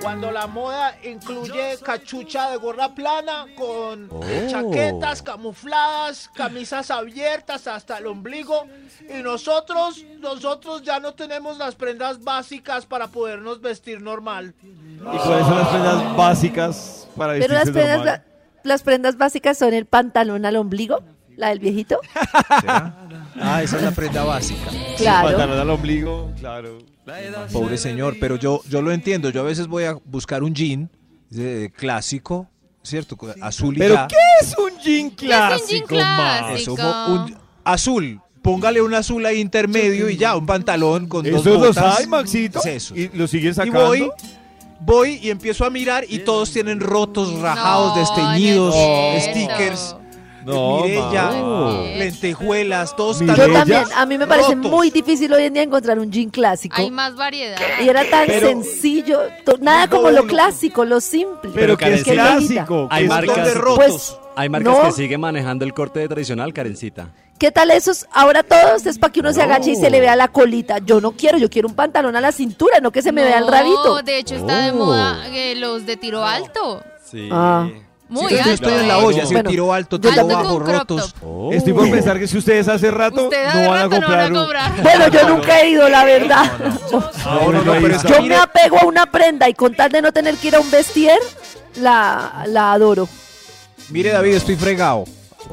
Speaker 8: Cuando la moda incluye cachucha de gorra plana con
Speaker 7: Oh.
Speaker 8: chaquetas camufladas, camisas abiertas hasta el ombligo y nosotros, nosotros ya no tenemos las prendas básicas para podernos vestir normal.
Speaker 2: ¿Y cuáles son las prendas básicas para
Speaker 5: Pero las
Speaker 2: vestirse
Speaker 5: prendas,
Speaker 2: normal?
Speaker 5: la- las prendas básicas son el pantalón al ombligo, la del viejito.
Speaker 4: Ah, esa es la prenda básica.
Speaker 5: Claro.
Speaker 2: Pantalón al ombligo, claro.
Speaker 4: Pobre señor, pero yo, yo lo entiendo. Yo a veces voy a buscar un jean eh, clásico, ¿cierto? Co- Azul y
Speaker 2: ¿Pero
Speaker 4: ya.
Speaker 2: qué es un jean clásico, Max?
Speaker 4: Eso, mo- un azul. Póngale un azul ahí intermedio y ya, un pantalón con dos
Speaker 2: Esos los
Speaker 4: botas.
Speaker 2: hay, Maxito.
Speaker 4: Es eso.
Speaker 2: Y los siguen
Speaker 4: Y
Speaker 2: sacando.
Speaker 4: voy, voy y empiezo a mirar y todos tienen rotos, rajados,
Speaker 2: No,
Speaker 4: desteñidos,
Speaker 2: no es cierto.
Speaker 4: stickers.
Speaker 2: No,
Speaker 9: Mirella,
Speaker 2: Mau.
Speaker 9: lentejuelas, todos
Speaker 5: Yo también, a mí me parece muy difícil hoy en día encontrar un jean clásico.
Speaker 3: Hay más variedad.
Speaker 5: Y era tan
Speaker 3: Pero-
Speaker 5: sencillo, to- nada como lo clásico, lo simple.
Speaker 2: que es
Speaker 6: Karencita,
Speaker 2: clásico, que
Speaker 6: Hay
Speaker 2: es Pues,
Speaker 6: marcas, pues,
Speaker 2: doble rotos.
Speaker 6: hay marcas
Speaker 5: no.
Speaker 6: que siguen manejando el corte tradicional, Karencita.
Speaker 5: ¿Qué tal esos? Ahora todos es para que uno se agache y se le vea la colita. Yo no quiero, yo quiero un pantalón a la cintura, no que se me vea el rabito.
Speaker 3: No, de hecho está de
Speaker 5: Oh.
Speaker 3: moda eh, los de tiro alto.
Speaker 6: Sí.
Speaker 5: Ah.
Speaker 3: Muy
Speaker 4: Sí, yo
Speaker 3: alto.
Speaker 4: estoy en la
Speaker 3: ¿eh?
Speaker 4: olla, si
Speaker 3: Bueno,
Speaker 4: tiro alto,
Speaker 3: yo
Speaker 4: tiro
Speaker 3: también-
Speaker 4: bajo,
Speaker 3: Con crop
Speaker 4: rotos.
Speaker 2: Oh. Estoy por pensar que si ustedes hace rato
Speaker 3: Usted hace
Speaker 2: no van a
Speaker 3: rato no
Speaker 2: comprar.
Speaker 3: van a
Speaker 2: un-
Speaker 3: comprar.
Speaker 5: Bueno, yo nunca he ido, la verdad. <laughs>
Speaker 2: No, no, no, pero es que
Speaker 5: Yo me
Speaker 2: mire-
Speaker 5: apego a una prenda y con tal de no tener que ir a un vestier, la, la adoro.
Speaker 4: Mire, David, estoy fregado.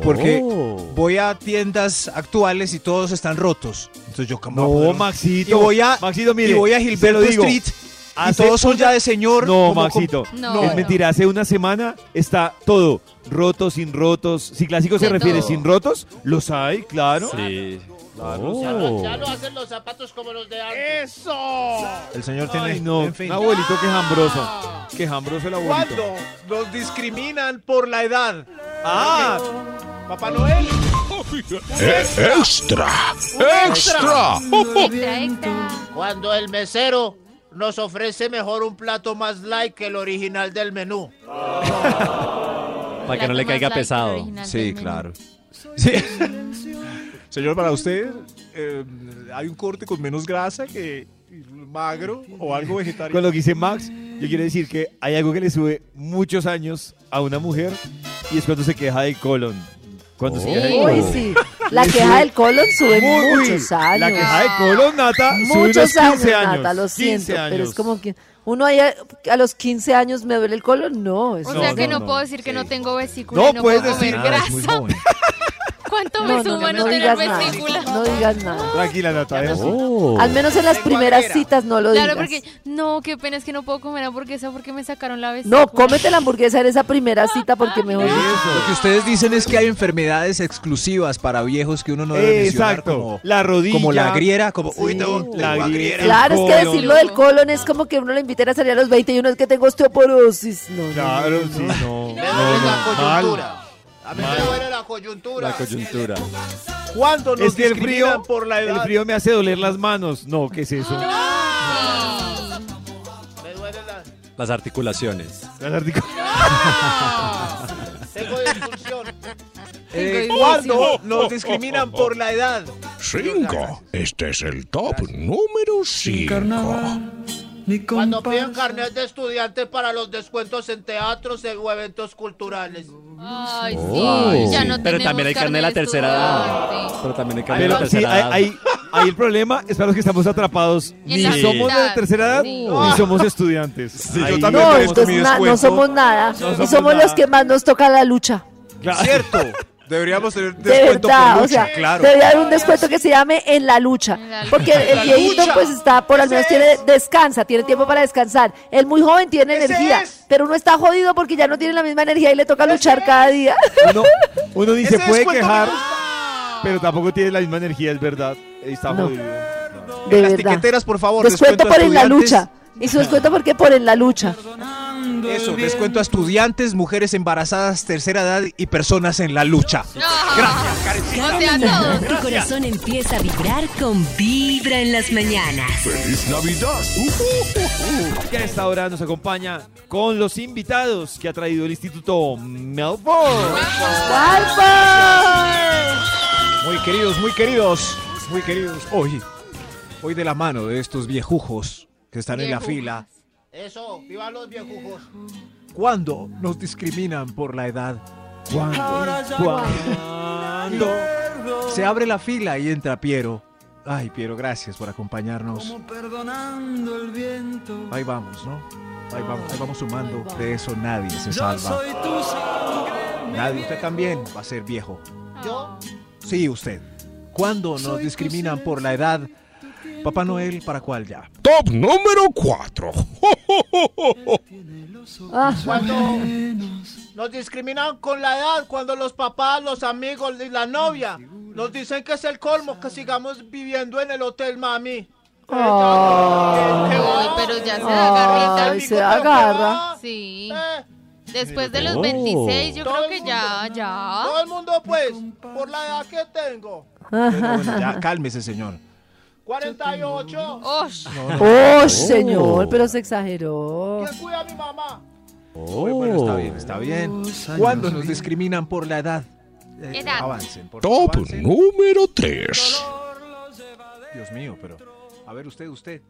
Speaker 4: Porque
Speaker 2: Oh.
Speaker 4: voy a tiendas actuales y todos están rotos. Entonces yo como.
Speaker 2: No, Maxito.
Speaker 4: Y voy a,
Speaker 2: Maxito, mire,
Speaker 4: y voy a
Speaker 2: se lo
Speaker 4: Gilberto
Speaker 2: digo.
Speaker 4: Street. Y
Speaker 2: Hace
Speaker 4: todos son ya
Speaker 2: una-
Speaker 4: de señor.
Speaker 2: No,
Speaker 4: como-
Speaker 2: Maxito.
Speaker 4: No.
Speaker 2: Es mentira. Hace una semana está todo roto, sin rotos. Si clásico se
Speaker 4: De
Speaker 2: refiere
Speaker 4: todo.
Speaker 2: sin rotos, los hay, claro.
Speaker 6: Sí.
Speaker 4: Oh.
Speaker 7: Oh.
Speaker 8: Ya lo, ya lo hacen los zapatos como los de antes. ¡Eso!
Speaker 2: El señor
Speaker 8: tiene-
Speaker 2: Ay, no.
Speaker 8: en fin.
Speaker 2: Un abuelito que jambroso. Que jambroso el abuelito.
Speaker 9: ¿Cuándo nos discriminan por la edad?
Speaker 2: Ah.
Speaker 9: Papá Noel.
Speaker 7: Eh, extra, extra.
Speaker 8: Cuando el mesero nos ofrece mejor un plato más light que el original del menú.
Speaker 6: Para que no le caiga pesado.
Speaker 4: Sí, claro. Sí. <laughs> Señor, para usted, eh, hay un corte con menos grasa que magro o algo vegetariano.
Speaker 2: Con lo que dice Max, yo quiero decir que hay algo que le sube muchos años a una mujer y es cuando se queja del colon. Cuando se queja del
Speaker 5: Uy,
Speaker 2: colon.
Speaker 5: sí. La
Speaker 2: Le
Speaker 5: queja
Speaker 2: sube-
Speaker 5: del colon sube
Speaker 2: Oh. Uy,
Speaker 5: muchos años.
Speaker 2: La queja del colon, Nata, sube unos
Speaker 5: Muchos
Speaker 2: 15
Speaker 5: años,
Speaker 2: años,
Speaker 5: Nata, lo
Speaker 2: 15
Speaker 5: siento, pero
Speaker 2: años.
Speaker 5: es como que uno ahí a, a los 15 años me duele el colon, Pues no.
Speaker 3: O
Speaker 5: Eso
Speaker 3: sea
Speaker 5: no,
Speaker 3: que
Speaker 5: no,
Speaker 3: no,
Speaker 5: no.
Speaker 3: puedo decir que no tengo vesícula.
Speaker 5: No
Speaker 3: y no
Speaker 5: puedes
Speaker 3: puedo comer
Speaker 5: decir nada,
Speaker 3: grasa.
Speaker 5: es muy
Speaker 3: <laughs> ¿Cuánto
Speaker 5: No,
Speaker 3: me
Speaker 5: no,
Speaker 3: suma
Speaker 5: no, no
Speaker 3: no tener
Speaker 5: digas nada,
Speaker 3: vesícula?
Speaker 5: no digas nada.
Speaker 2: Tranquila, Nata. déjala así.
Speaker 5: Al menos en las primeras citas no lo
Speaker 3: Claro,
Speaker 5: digas.
Speaker 3: porque no, qué pena es que no puedo comer hamburguesa porque me sacaron la vesícula.
Speaker 5: No, cómete la hamburguesa en esa primera cita porque mejor.
Speaker 4: Lo que ustedes dicen es que hay enfermedades exclusivas para viejos que uno no debe mencionar,
Speaker 2: Exacto.
Speaker 4: como
Speaker 2: La rodilla.
Speaker 4: como la griera, como uy, no,
Speaker 2: La
Speaker 4: la
Speaker 2: griera.
Speaker 4: griera.
Speaker 5: Claro, es que
Speaker 2: colon.
Speaker 5: decirlo del colon es como que uno le inviten a salir a los 20 y uno es que tengo osteoporosis. No, no,
Speaker 2: Claro,
Speaker 5: no, no.
Speaker 2: sí, no. no,
Speaker 8: es la
Speaker 2: no,
Speaker 8: coyuntura.
Speaker 2: mal.
Speaker 8: A mí
Speaker 2: Mal.
Speaker 8: me duele la coyuntura.
Speaker 2: La coyuntura.
Speaker 8: ¿Cuándo nos
Speaker 2: Es que el frío,
Speaker 8: discriminan por la edad?
Speaker 2: el frío me hace doler las manos. No, ¿qué es Ah. eso?
Speaker 8: ¡Ah! Me duele la...
Speaker 6: Las articulaciones.
Speaker 3: <laughs>
Speaker 2: Las articulaciones.
Speaker 8: Tengo disfunción.
Speaker 9: Eh, ¿Cuándo nos discriminan por la edad?
Speaker 7: 5. Este es el top número 5.
Speaker 8: Cuando piden carnet de estudiante para los descuentos en teatros o eventos culturales.
Speaker 3: Ay,
Speaker 6: Ay,
Speaker 3: sí, ya
Speaker 6: sí.
Speaker 3: no
Speaker 6: Pero
Speaker 3: tenemos
Speaker 6: también hay carne de la tercera edad. Pero también hay carne de la
Speaker 2: Pero sí,
Speaker 6: tercera
Speaker 2: hay,
Speaker 6: edad.
Speaker 2: hay- hay el problema es para los que estamos atrapados. Ni
Speaker 6: la
Speaker 2: somos de
Speaker 6: mitad,
Speaker 2: la tercera edad,
Speaker 6: sí.
Speaker 2: ni somos estudiantes.
Speaker 4: yo
Speaker 2: Ahí
Speaker 4: también
Speaker 2: no,
Speaker 4: merezco
Speaker 2: entonces
Speaker 4: mi
Speaker 2: na-
Speaker 5: Ah, no somos nada.
Speaker 2: No
Speaker 5: y
Speaker 2: somos
Speaker 5: somos los
Speaker 2: nada.
Speaker 5: que más nos toca la lucha.
Speaker 4: Cierto. Deberíamos tener
Speaker 5: De
Speaker 4: descuento
Speaker 5: verdad,
Speaker 4: por
Speaker 5: o
Speaker 4: lucha,
Speaker 5: sea,
Speaker 4: claro.
Speaker 5: debería haber un descuento que se llame en la lucha. Porque el
Speaker 4: La
Speaker 5: viejito
Speaker 4: lucha.
Speaker 5: pues está, por al menos tiene descansa, tiene tiempo para descansar. El muy joven tiene energía, pero uno está jodido porque ya no tiene la misma energía y le toca luchar cada día.
Speaker 2: Uno, uno ni se
Speaker 5: Ese
Speaker 2: puede
Speaker 5: descuento me
Speaker 2: quejar, pero tampoco tiene la misma energía, es verdad. Está
Speaker 5: No.
Speaker 2: jodido.
Speaker 5: De verdad. Descuento, por en la lucha. Y su descuento porque por en la lucha.
Speaker 4: Eso, descuento a estudiantes, mujeres embarazadas, tercera edad y personas en la lucha.
Speaker 1: Gracias,
Speaker 3: todos.
Speaker 1: Tu corazón empieza a vibrar con Vibra en las mañanas.
Speaker 7: ¡Feliz Navidad!
Speaker 2: Que a esta hora nos acompaña con los invitados que ha traído el Instituto Melbourne.
Speaker 4: Muy queridos, muy queridos, muy queridos. Hoy, hoy de la mano de estos viejujos que están en la
Speaker 8: Viejujos.
Speaker 4: fila.
Speaker 8: Eso, viva los viejujos.
Speaker 4: ¿Cuándo nos discriminan por la edad?
Speaker 8: Ahora
Speaker 4: ¿Cuándo?
Speaker 8: ya
Speaker 4: ¿Cuándo? Se abre la fila y entra Piero. Ay, Piero, gracias por acompañarnos.
Speaker 21: Perdonando el viento.
Speaker 4: Ahí vamos, ¿no? Ahí vamos, ahí vamos sumando. De eso nadie se
Speaker 21: Yo
Speaker 4: salva.
Speaker 21: soy tu sangre.
Speaker 4: Nadie, usted también va a ser viejo.
Speaker 8: Yo,
Speaker 4: Sí, usted. ¿Cuándo nos discriminan por la edad? Papá Noel, ¿para cuál ya?
Speaker 7: Top número 4.
Speaker 4: Ah,
Speaker 2: <laughs>
Speaker 8: cuando nos discriminan con la edad, cuando los papás, los amigos y la novia nos dicen que es el colmo que sigamos viviendo en el hotel, mami.
Speaker 5: Ay,
Speaker 3: pero ya se agarrita.
Speaker 5: Ay, se agarra.
Speaker 8: Eh,
Speaker 3: Sí. Después de los 26, yo creo que ya, ya.
Speaker 8: Todo
Speaker 3: <laughs>
Speaker 8: el mundo, pues, por la edad que tengo.
Speaker 4: Bueno, bueno, ya, cálmese, señor.
Speaker 8: 48.
Speaker 5: ¡Oh, señor! Pero se exageró.
Speaker 8: ¿Quién cuida a mi mamá?
Speaker 7: Oh.
Speaker 4: Bueno, bueno, está bien, está bien. ¿Cuándo nos discriminan por la edad? Eh,
Speaker 3: Edad.
Speaker 4: Avancen, por favor,
Speaker 7: Top
Speaker 4: avancen.
Speaker 7: número 3.
Speaker 4: Dios mío, pero. A ver, usted, usted.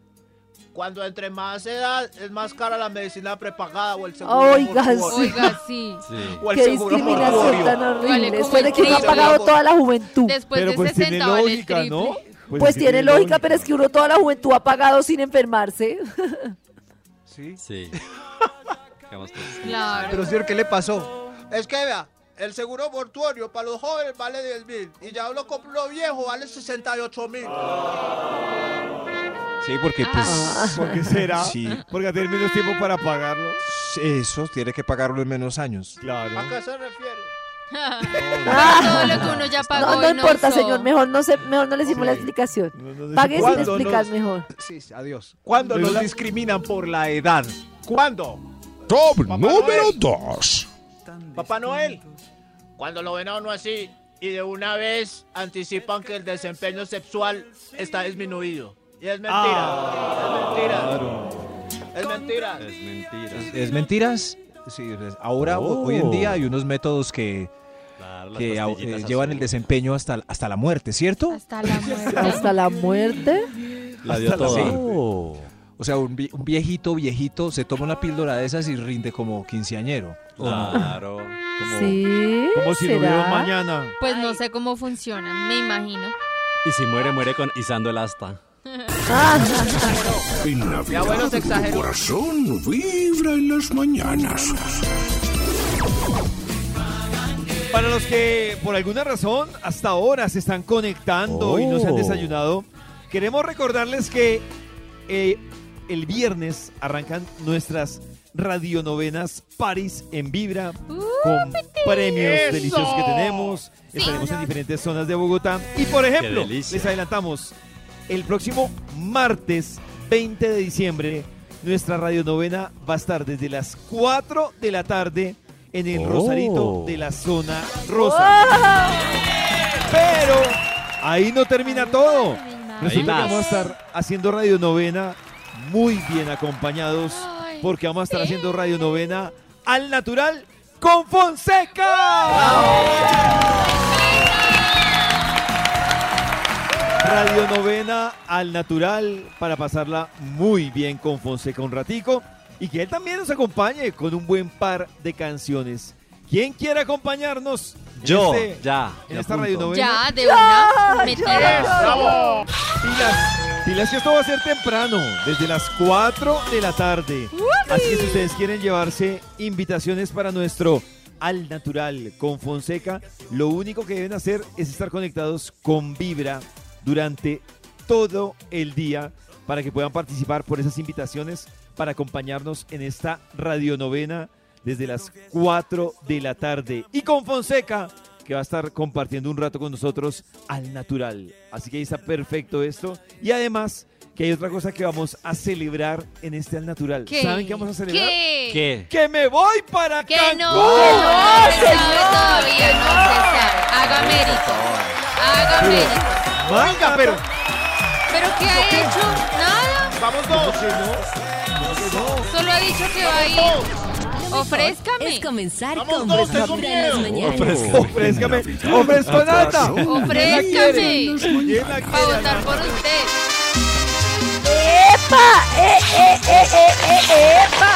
Speaker 8: Cuando entre más edad es más cara la medicina prepagada o el seguro.
Speaker 5: Oiga,
Speaker 8: mortuorio.
Speaker 5: sí. Oiga,
Speaker 3: sí.
Speaker 8: O el
Speaker 5: Qué
Speaker 8: seguro
Speaker 5: discriminación
Speaker 8: mortuorio.
Speaker 5: tan horrible.
Speaker 3: Vale,
Speaker 5: Después de que
Speaker 3: como
Speaker 5: uno ha
Speaker 3: el triple.
Speaker 5: pagado toda la juventud.
Speaker 3: Después de
Speaker 2: pues
Speaker 3: 60
Speaker 2: tiene
Speaker 3: vale el
Speaker 2: lógica,
Speaker 3: triple.
Speaker 2: ¿no?
Speaker 5: Pues, tiene lógica, pero es que uno toda la juventud ha pagado sin enfermarse. <laughs>
Speaker 4: Sí.
Speaker 6: Sí.
Speaker 3: Claro.
Speaker 4: Pero, señor, ¿qué le pasó?
Speaker 8: Es que vea, el seguro mortuorio para los jóvenes vale 10 mil y ya lo compro uno viejo vale 68 mil. Ah.
Speaker 4: Sí, porque
Speaker 3: Ah.
Speaker 4: pues.
Speaker 2: <laughs> ¿Por qué será?
Speaker 4: Sí.
Speaker 2: Porque tiene menos tiempo para pagarlo.
Speaker 4: Eso tiene que pagarlo en menos años.
Speaker 2: Claro.
Speaker 8: ¿A qué se refiere?
Speaker 3: Todo lo que uno ya pagó.
Speaker 5: No, no
Speaker 3: y no
Speaker 5: importa,
Speaker 3: usó.
Speaker 5: señor. Mejor no, se, mejor no le hicimos la explicación.
Speaker 4: sé
Speaker 5: Pague sin
Speaker 4: cuándo
Speaker 5: explicar
Speaker 4: nos-
Speaker 5: mejor.
Speaker 4: Sí, sí, adiós. ¿Cuándo
Speaker 2: Pero
Speaker 4: nos
Speaker 2: la-
Speaker 4: discriminan por la edad?
Speaker 8: ¿Cuándo?
Speaker 7: Top número 2.
Speaker 8: Papá Noel. Cuando lo ven a uno así y de una vez anticipan que el desempeño sexual está disminuido. Y es mentira. Ah. Es mentira. Es mentira.
Speaker 6: Es mentira.
Speaker 4: ¿Es mentiras? Sí, es- ahora,
Speaker 6: Oh.
Speaker 4: hoy en día, hay unos métodos que,
Speaker 6: Claro, las
Speaker 4: que, ah, eh,
Speaker 6: pastillitas
Speaker 4: llevan el
Speaker 6: azul.
Speaker 4: desempeño hasta, hasta la muerte, ¿cierto?
Speaker 3: Hasta la muerte.
Speaker 5: Hasta la muerte.
Speaker 6: La dio
Speaker 4: Hasta la
Speaker 6: toda.
Speaker 4: sí.
Speaker 7: Oh.
Speaker 4: O sea, un, vi- un viejito, viejito, se toma una píldora de esas y rinde como quinceañero. ¿o no?
Speaker 6: Claro. Como-
Speaker 5: Sí.
Speaker 2: Como si no hubiera un
Speaker 5: ¿Será?
Speaker 2: mañana.
Speaker 3: Pues no sé cómo funciona, me imagino.
Speaker 6: Y si muere, muere con izando el asta.
Speaker 5: Ah.
Speaker 7: En Navidad,
Speaker 8: bueno, se
Speaker 7: tu
Speaker 8: exageró.
Speaker 7: corazón vibra en las mañanas.
Speaker 2: Para los que por alguna razón hasta ahora se están conectando y no se han
Speaker 6: Oh.
Speaker 2: desayunado, queremos recordarles que eh, el viernes arrancan nuestras radionovenas París en Vibra con premios
Speaker 8: ¡Eso!
Speaker 2: deliciosos que tenemos. Estaremos en diferentes zonas de Bogotá. Y por ejemplo,
Speaker 6: delicia.
Speaker 2: les adelantamos, el próximo martes 20 de diciembre, nuestra radionovena va a estar desde las 4 de la tarde en el
Speaker 6: Oh.
Speaker 2: Rosarito de la zona rosa. Pero Oh. ahí no termina todo. Resulta que
Speaker 6: más.
Speaker 2: vamos a estar haciendo radionovena muy bien acompañados
Speaker 3: Ay,
Speaker 2: porque vamos a estar haciendo radionovena al natural con Fonseca. Radionovena al natural para pasarla muy bien con Fonseca un ratico y que él también nos acompañe con un buen par de canciones. ¿Quién quiere acompañarnos? en
Speaker 6: Yo,
Speaker 2: este-
Speaker 6: ya.
Speaker 2: en
Speaker 6: ya
Speaker 2: esta
Speaker 6: punto.
Speaker 2: radionovena.
Speaker 3: Ya, de una.
Speaker 5: ya,
Speaker 3: Metida.
Speaker 5: ya.
Speaker 8: ¡Bravo!
Speaker 2: Pilas, pilas que esto va a ser temprano, desde las 4 de la tarde. Así que si ustedes quieren llevarse invitaciones para nuestro Al Natural con Fonseca, lo único que deben hacer es estar conectados con Vibra durante todo el día para que puedan participar por esas invitaciones para acompañarnos en esta radionovena desde las 4 de la tarde. Y con Fonseca, que va a estar compartiendo un rato con nosotros al natural. Así que ahí está perfecto esto. Y además, que hay otra cosa que vamos a celebrar en este al natural.
Speaker 3: ¿Qué?
Speaker 2: ¿Saben qué vamos a celebrar?
Speaker 3: ¿Qué?
Speaker 6: ¿Qué?
Speaker 2: ¡Que me voy para
Speaker 3: Que
Speaker 2: Cancún!
Speaker 3: no, que no se sabe todavía, no se sabe. Haga mérito. Haga mérito.
Speaker 2: Venga, pero...
Speaker 3: ¿Pero qué ha hecho? Nada.
Speaker 8: Vamos dos.
Speaker 3: Solo ha dicho que va a ir. Ofrézcame.
Speaker 1: Es comenzar
Speaker 8: Vamos
Speaker 1: con
Speaker 8: todos,
Speaker 1: Vibra
Speaker 8: tengo
Speaker 1: en las
Speaker 8: miedo.
Speaker 1: mañanas.
Speaker 2: Ofrézcame, ofrezco nada.
Speaker 3: Ofrézcame.
Speaker 2: ¿Quién la
Speaker 3: Para
Speaker 2: quiere?
Speaker 3: votar por usted.
Speaker 5: ¡Epa! ¡Eh, eh, eh, eh, eh, epa!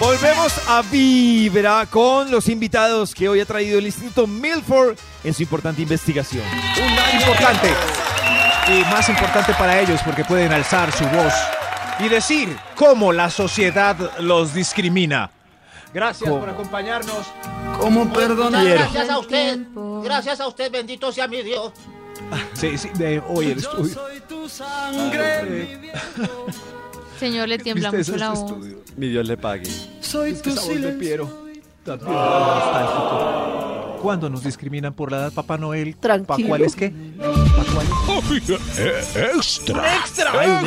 Speaker 2: Volvemos a Vibra con los invitados que hoy ha traído el Instituto Milford en su importante investigación.
Speaker 4: Una importante. Y más importante para ellos porque pueden alzar su voz y decir cómo la sociedad los discrimina.
Speaker 8: Gracias
Speaker 4: ¿Cómo?
Speaker 8: por acompañarnos.
Speaker 4: ¿Cómo
Speaker 8: Muchas gracias a usted. Gracias a usted, bendito sea mi Dios.
Speaker 4: <laughs> Sí, sí, de hoy el
Speaker 21: Yo
Speaker 4: estudio.
Speaker 21: soy tu sangre, mi viejo.
Speaker 3: Señor, le tiembla
Speaker 4: ¿Viste
Speaker 3: mucho
Speaker 4: eso,
Speaker 3: la
Speaker 4: este
Speaker 3: voz.
Speaker 4: estudio?
Speaker 6: Mi Dios le pague.
Speaker 21: Soy tu
Speaker 4: Esa voz de
Speaker 21: silencio.
Speaker 4: Piero. Está bien nostálgico. ¿Cuándo nos discriminan por la edad, Papá Noel? ¿Pa
Speaker 5: Tranquilo.
Speaker 4: cuál es qué?
Speaker 7: Extra. Extra.
Speaker 5: Extra,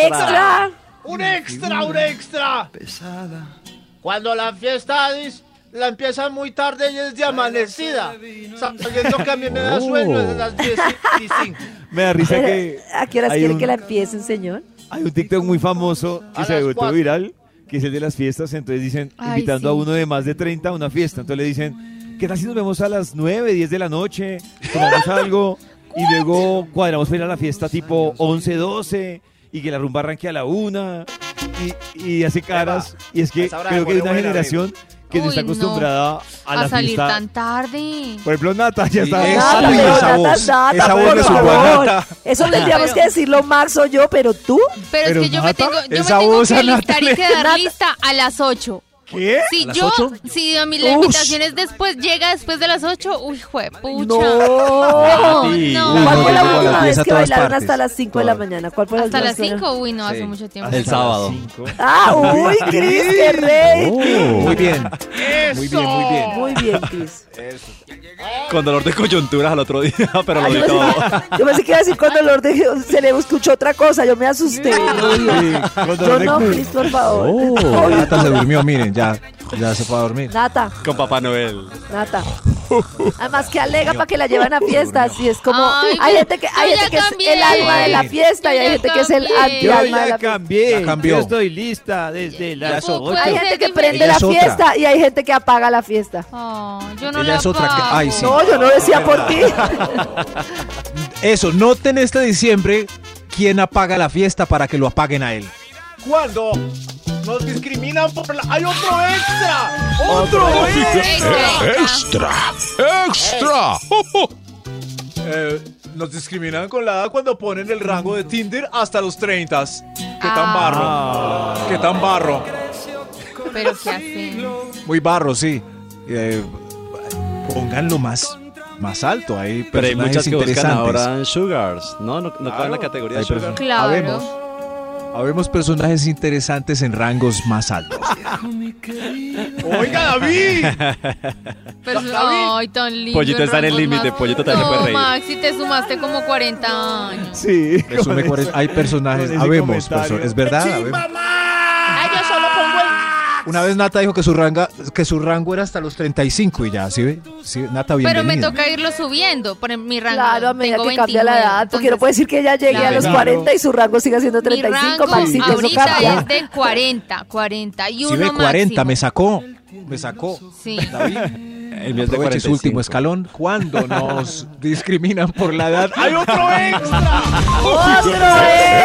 Speaker 5: extra.
Speaker 8: ¡Un extra, un extra!
Speaker 21: Pesada.
Speaker 8: Cuando la fiesta dis- la empieza muy tarde y es de amanecida. Sabiendo que a mí me da sueño desde las 10 y 5.
Speaker 2: Me da risa que.
Speaker 5: ¿A qué horas
Speaker 2: hay
Speaker 5: quiere
Speaker 2: un-
Speaker 5: que la empiecen, señor?
Speaker 2: Hay un TikTok muy famoso que
Speaker 5: A
Speaker 2: se
Speaker 5: las
Speaker 2: volvió
Speaker 5: cuatro.
Speaker 2: viral, que es el de las fiestas. Entonces dicen,
Speaker 5: Ay,
Speaker 2: invitando a
Speaker 5: sí.
Speaker 2: uno de más de 30 a una fiesta. Entonces le dicen, ¿qué tal si nos vemos a las 9, 10 de la noche? Tomamos algo y luego cuadramos para ir a la fiesta tipo 11, 12 y que la rumba arranque a la 1 y, y hace caras. Y es que
Speaker 16: esa hora
Speaker 2: creo que hay
Speaker 16: me
Speaker 2: una
Speaker 16: vuelvo a ir a
Speaker 2: generación que no
Speaker 16: Uy,
Speaker 2: está
Speaker 16: no.
Speaker 2: acostumbrada a la
Speaker 16: a salir
Speaker 2: fiesta.
Speaker 16: tan tarde.
Speaker 2: Por ejemplo, Nata ya está.
Speaker 5: Nata,
Speaker 2: Ay,
Speaker 5: pero
Speaker 2: esa
Speaker 5: Nata,
Speaker 2: voz.
Speaker 5: Nata,
Speaker 2: Esa voz
Speaker 5: por
Speaker 2: le supo a
Speaker 5: favor.
Speaker 2: Nata.
Speaker 5: Eso tendríamos que decirlo Max o yo, pero tú.
Speaker 3: Pero, es que yo me tengo, yo me tengo que listar y quedar lista a las 8.
Speaker 2: ¿Qué?
Speaker 3: Si
Speaker 5: ¿A las
Speaker 3: yo,
Speaker 5: ocho?
Speaker 3: si a mí la
Speaker 5: Ush.
Speaker 3: invitación es después, llega después de las 8, uy, juepucha.
Speaker 5: No.
Speaker 3: Uy, no.
Speaker 5: ¿Cuál fue la
Speaker 3: Yo llego a las
Speaker 5: última
Speaker 3: 10
Speaker 5: vez
Speaker 3: a
Speaker 5: que
Speaker 3: todas
Speaker 5: bailaron hasta
Speaker 3: partes.
Speaker 5: las 5 de la mañana? ¿Cuál fue la
Speaker 3: Hasta
Speaker 5: última
Speaker 3: las
Speaker 5: vez que bailaron?
Speaker 3: 5, uy, no, hace mucho tiempo.
Speaker 6: El sábado. <laughs>
Speaker 5: Ah, uy, Cris, qué rey.
Speaker 4: Oh.
Speaker 6: Muy bien.
Speaker 5: Muy bien, muy bien. Muy bien, Cris.
Speaker 6: Con dolor de coyunturas al otro día, <laughs> pero lo
Speaker 5: Ah,
Speaker 6: di
Speaker 5: yo, pensé
Speaker 6: todo.
Speaker 5: que, yo pensé que iba a decir con dolor de se le escuchó otra cosa, yo me asusté.
Speaker 4: con
Speaker 5: yo
Speaker 4: dolor de
Speaker 5: no,
Speaker 4: cu.
Speaker 5: Cris, por favor.
Speaker 4: Oh, Nata se durmió, miren, ya, ya se fue a dormir.
Speaker 5: Nata,
Speaker 6: Con Papá Noel.
Speaker 5: Nata. <laughs> Además que alega para que la llevan a fiestas y es como
Speaker 3: Ay,
Speaker 5: hay
Speaker 3: yo-
Speaker 5: gente que hay
Speaker 3: yo ya
Speaker 5: gente que
Speaker 3: cambié.
Speaker 5: es el alma de la fiesta y
Speaker 3: Yo
Speaker 5: hay
Speaker 3: ya
Speaker 5: gente que es el
Speaker 3: cambié.
Speaker 5: anti
Speaker 2: Yo
Speaker 5: alma de la
Speaker 2: ya cambié.
Speaker 4: Ya cambió.
Speaker 2: Yo estoy lista desde las
Speaker 3: otra.
Speaker 2: ocho.
Speaker 5: Hay
Speaker 3: Puede
Speaker 5: gente
Speaker 3: ser
Speaker 5: que prende
Speaker 4: Ella
Speaker 5: la
Speaker 4: es otra.
Speaker 5: fiesta y hay gente que apaga la fiesta.
Speaker 3: Oh, yo no
Speaker 4: Ella
Speaker 3: la
Speaker 4: es otra que-
Speaker 3: pago.
Speaker 4: ay, sí.
Speaker 5: No, yo no decía por ti.
Speaker 4: <laughs> Eso, noten este diciembre quién apaga la fiesta para que lo apaguen a él.
Speaker 8: Cuando nos discriminan por la... ¡Hay otro extra! ¡Otro,
Speaker 7: Otro
Speaker 8: extra!
Speaker 7: Extra, extra.
Speaker 9: Eh, nos discriminan con la edad cuando ponen el rango de Tinder hasta los 30. Qué tan
Speaker 3: Ah.
Speaker 9: barro. Qué tan barro.
Speaker 3: Pero qué hacen.
Speaker 4: Muy barro, sí. Eh, pónganlo más, más alto. Hay
Speaker 6: Pero hay
Speaker 4: personajes
Speaker 6: muchas que buscan
Speaker 4: interesantes.
Speaker 6: ahora Sugars. No, no, no cabe en la categoría de
Speaker 4: Hay
Speaker 6: Sugar.
Speaker 4: personas- Habemos, habemos personajes interesantes en rangos más altos.
Speaker 8: ¡Oiga,
Speaker 4: <laughs>
Speaker 8: David!
Speaker 3: Pero, ay, tan lindo.
Speaker 6: Pollito está en el
Speaker 3: rangos
Speaker 6: límite,
Speaker 3: más-
Speaker 6: Pollito también se puede
Speaker 3: No,
Speaker 6: reír.
Speaker 3: Maxi, te sumaste como 40 años.
Speaker 2: Sí.
Speaker 4: Me sume <laughs>
Speaker 2: con
Speaker 4: cuarenta- hay personajes, habemos, perso- es verdad. habemos.
Speaker 8: Ay, yo solo pongo el...
Speaker 4: Una vez Nata dijo que su, ranga, que su rango era hasta los 35 y ya, ¿sí ve? Sí, Nata,
Speaker 3: Pero me
Speaker 4: Ah, bienvenida.
Speaker 3: toca irlo subiendo por mi rango.
Speaker 5: Claro, a medida
Speaker 3: tengo
Speaker 5: que cambia la
Speaker 3: 29,
Speaker 5: edad, porque no puede decir que ella llegue a los
Speaker 4: Claro.
Speaker 5: 40 y su rango siga siendo
Speaker 3: Mi
Speaker 5: 35,
Speaker 3: rango
Speaker 5: Maxito, eso
Speaker 3: ahorita
Speaker 5: cambia.
Speaker 3: es de 40, 41
Speaker 4: Si ve 40, me sacó. Me sacó.
Speaker 3: Sí.
Speaker 4: David.
Speaker 5: <laughs>
Speaker 6: El mío es de
Speaker 4: Aproveche su
Speaker 6: 45.
Speaker 4: último escalón. Cuando nos <laughs> discriminan por la edad.
Speaker 8: ¡Hay otro extra!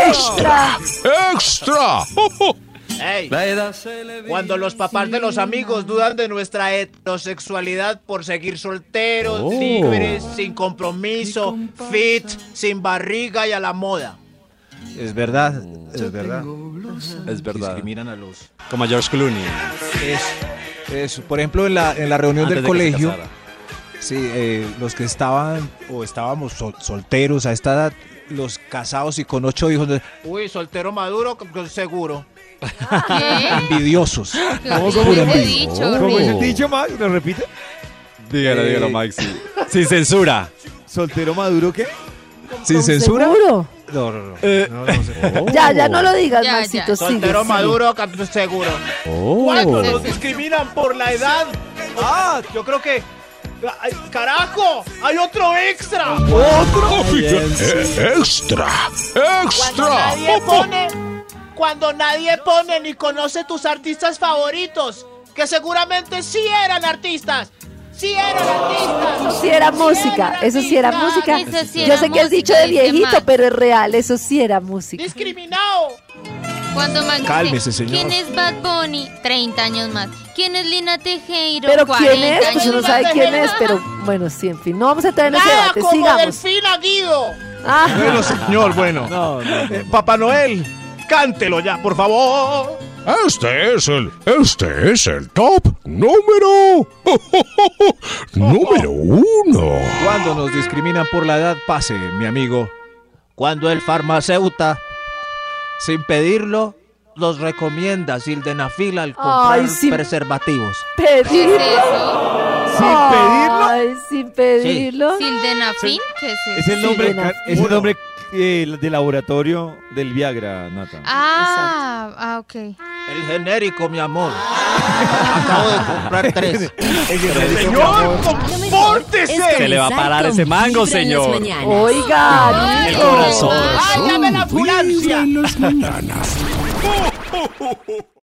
Speaker 7: extra, extra.
Speaker 4: ¡Oh,
Speaker 8: Ey, cuando los papás de los amigos dudan de nuestra heterosexualidad por seguir solteros,
Speaker 6: Oh.
Speaker 8: libres, sin compromiso, fit, sin barriga y a la moda.
Speaker 4: Es verdad, es verdad.
Speaker 6: Es verdad.
Speaker 4: Discriminan a los.
Speaker 6: Como a George Clooney.
Speaker 4: Eso, eso. Por ejemplo, en la, en la reunión
Speaker 6: Antes
Speaker 4: del
Speaker 6: de que se
Speaker 4: colegio,
Speaker 6: casara.
Speaker 4: sí, eh, los que estaban o estábamos sol- solteros a esta edad, los casados y con ocho hijos, eh,
Speaker 8: Uy, soltero maduro, con- con seguro. <laughs>
Speaker 4: envidiosos.
Speaker 8: ¿Cómo,
Speaker 4: Pura
Speaker 8: ¿Eh? cómo dice el
Speaker 4: envidia.
Speaker 8: dicho?
Speaker 2: ¿Cómo es el dicho, Max? ¿Lo repite?
Speaker 6: Dígalo,
Speaker 2: Eh,
Speaker 6: dígalo, Maxi. Sin censura.
Speaker 2: ¿Soltero maduro qué?
Speaker 4: ¿Sin censura?
Speaker 5: ¿Seguro?
Speaker 4: No, no, no. No, no sé. <laughs>
Speaker 5: Ya,
Speaker 4: Oh.
Speaker 5: ya no lo digas,
Speaker 8: Ya,
Speaker 5: Maxito,
Speaker 8: ya.
Speaker 5: sigue,
Speaker 8: Soltero
Speaker 5: sigue.
Speaker 8: maduro, con seguro.
Speaker 4: Oh.
Speaker 8: Cuando nos discriminan por la edad. Ah, yo creo que. Ay, ¡Carajo! ¡Hay otro extra! ¡Otro!
Speaker 7: Eh, Extra,
Speaker 8: Cuando
Speaker 7: extra.
Speaker 8: nadie pone, cuando nadie pone ni conoce tus artistas favoritos, que seguramente sí eran artistas. Sí eran artistas.
Speaker 5: Eso sí era música, eso sí era música.
Speaker 3: Eso sí
Speaker 5: Yo
Speaker 3: era
Speaker 5: sé que es dicho
Speaker 3: música,
Speaker 5: de
Speaker 3: dice
Speaker 5: viejito,
Speaker 3: Max.
Speaker 5: pero es real, eso sí era música.
Speaker 8: Discriminado.
Speaker 3: Cuando Max dice,
Speaker 4: Cálmese, señor.
Speaker 3: ¿Quién es Bad Bunny? 30 años más. ¿Quién es Lina Tejero?
Speaker 5: Pero
Speaker 3: 40
Speaker 5: quién es, pues
Speaker 3: años
Speaker 5: uno
Speaker 3: más.
Speaker 5: sabe quién es,
Speaker 3: <laughs>
Speaker 5: pero bueno, sí, en fin, no vamos a entrar en ese
Speaker 8: Nada
Speaker 5: debate,
Speaker 8: como
Speaker 5: sigamos.
Speaker 8: Delfina Guido.
Speaker 5: Ah, <laughs>
Speaker 9: Bueno, señor, bueno. Eh, Papá Noel, cántelo ya, por favor.
Speaker 7: Este es el, este es el top número, número uno.
Speaker 4: Cuando nos discriminan por la edad, pase, mi amigo. Cuando el farmacéuta, sin pedirlo, los recomienda sildenafil al comprar
Speaker 5: Ay, sin-
Speaker 4: preservativos.
Speaker 5: pedirlo.
Speaker 2: pedirlo?
Speaker 5: Ay, sin pedirlo.
Speaker 3: ¿Sildenafil? ¿Qué es eso?
Speaker 2: Es el nombre,
Speaker 5: Sildenafil.
Speaker 2: es el nombre eh, de laboratorio del Viagra, Nata.
Speaker 3: Ah, ah, ok.
Speaker 8: El genérico, mi
Speaker 5: <laughs>
Speaker 8: amor. Acabo de comprar tres.
Speaker 2: <laughs>
Speaker 6: Señor,
Speaker 8: compórtese.
Speaker 6: Se le va a parar ese mango, señor.
Speaker 4: Oiga,
Speaker 6: El
Speaker 4: rico.
Speaker 6: corazón.
Speaker 4: Ay,
Speaker 6: ¡Ay,
Speaker 4: dame
Speaker 6: dame
Speaker 4: la
Speaker 6: la
Speaker 4: ambulancia.
Speaker 5: Oh. Vibra en las mañanas.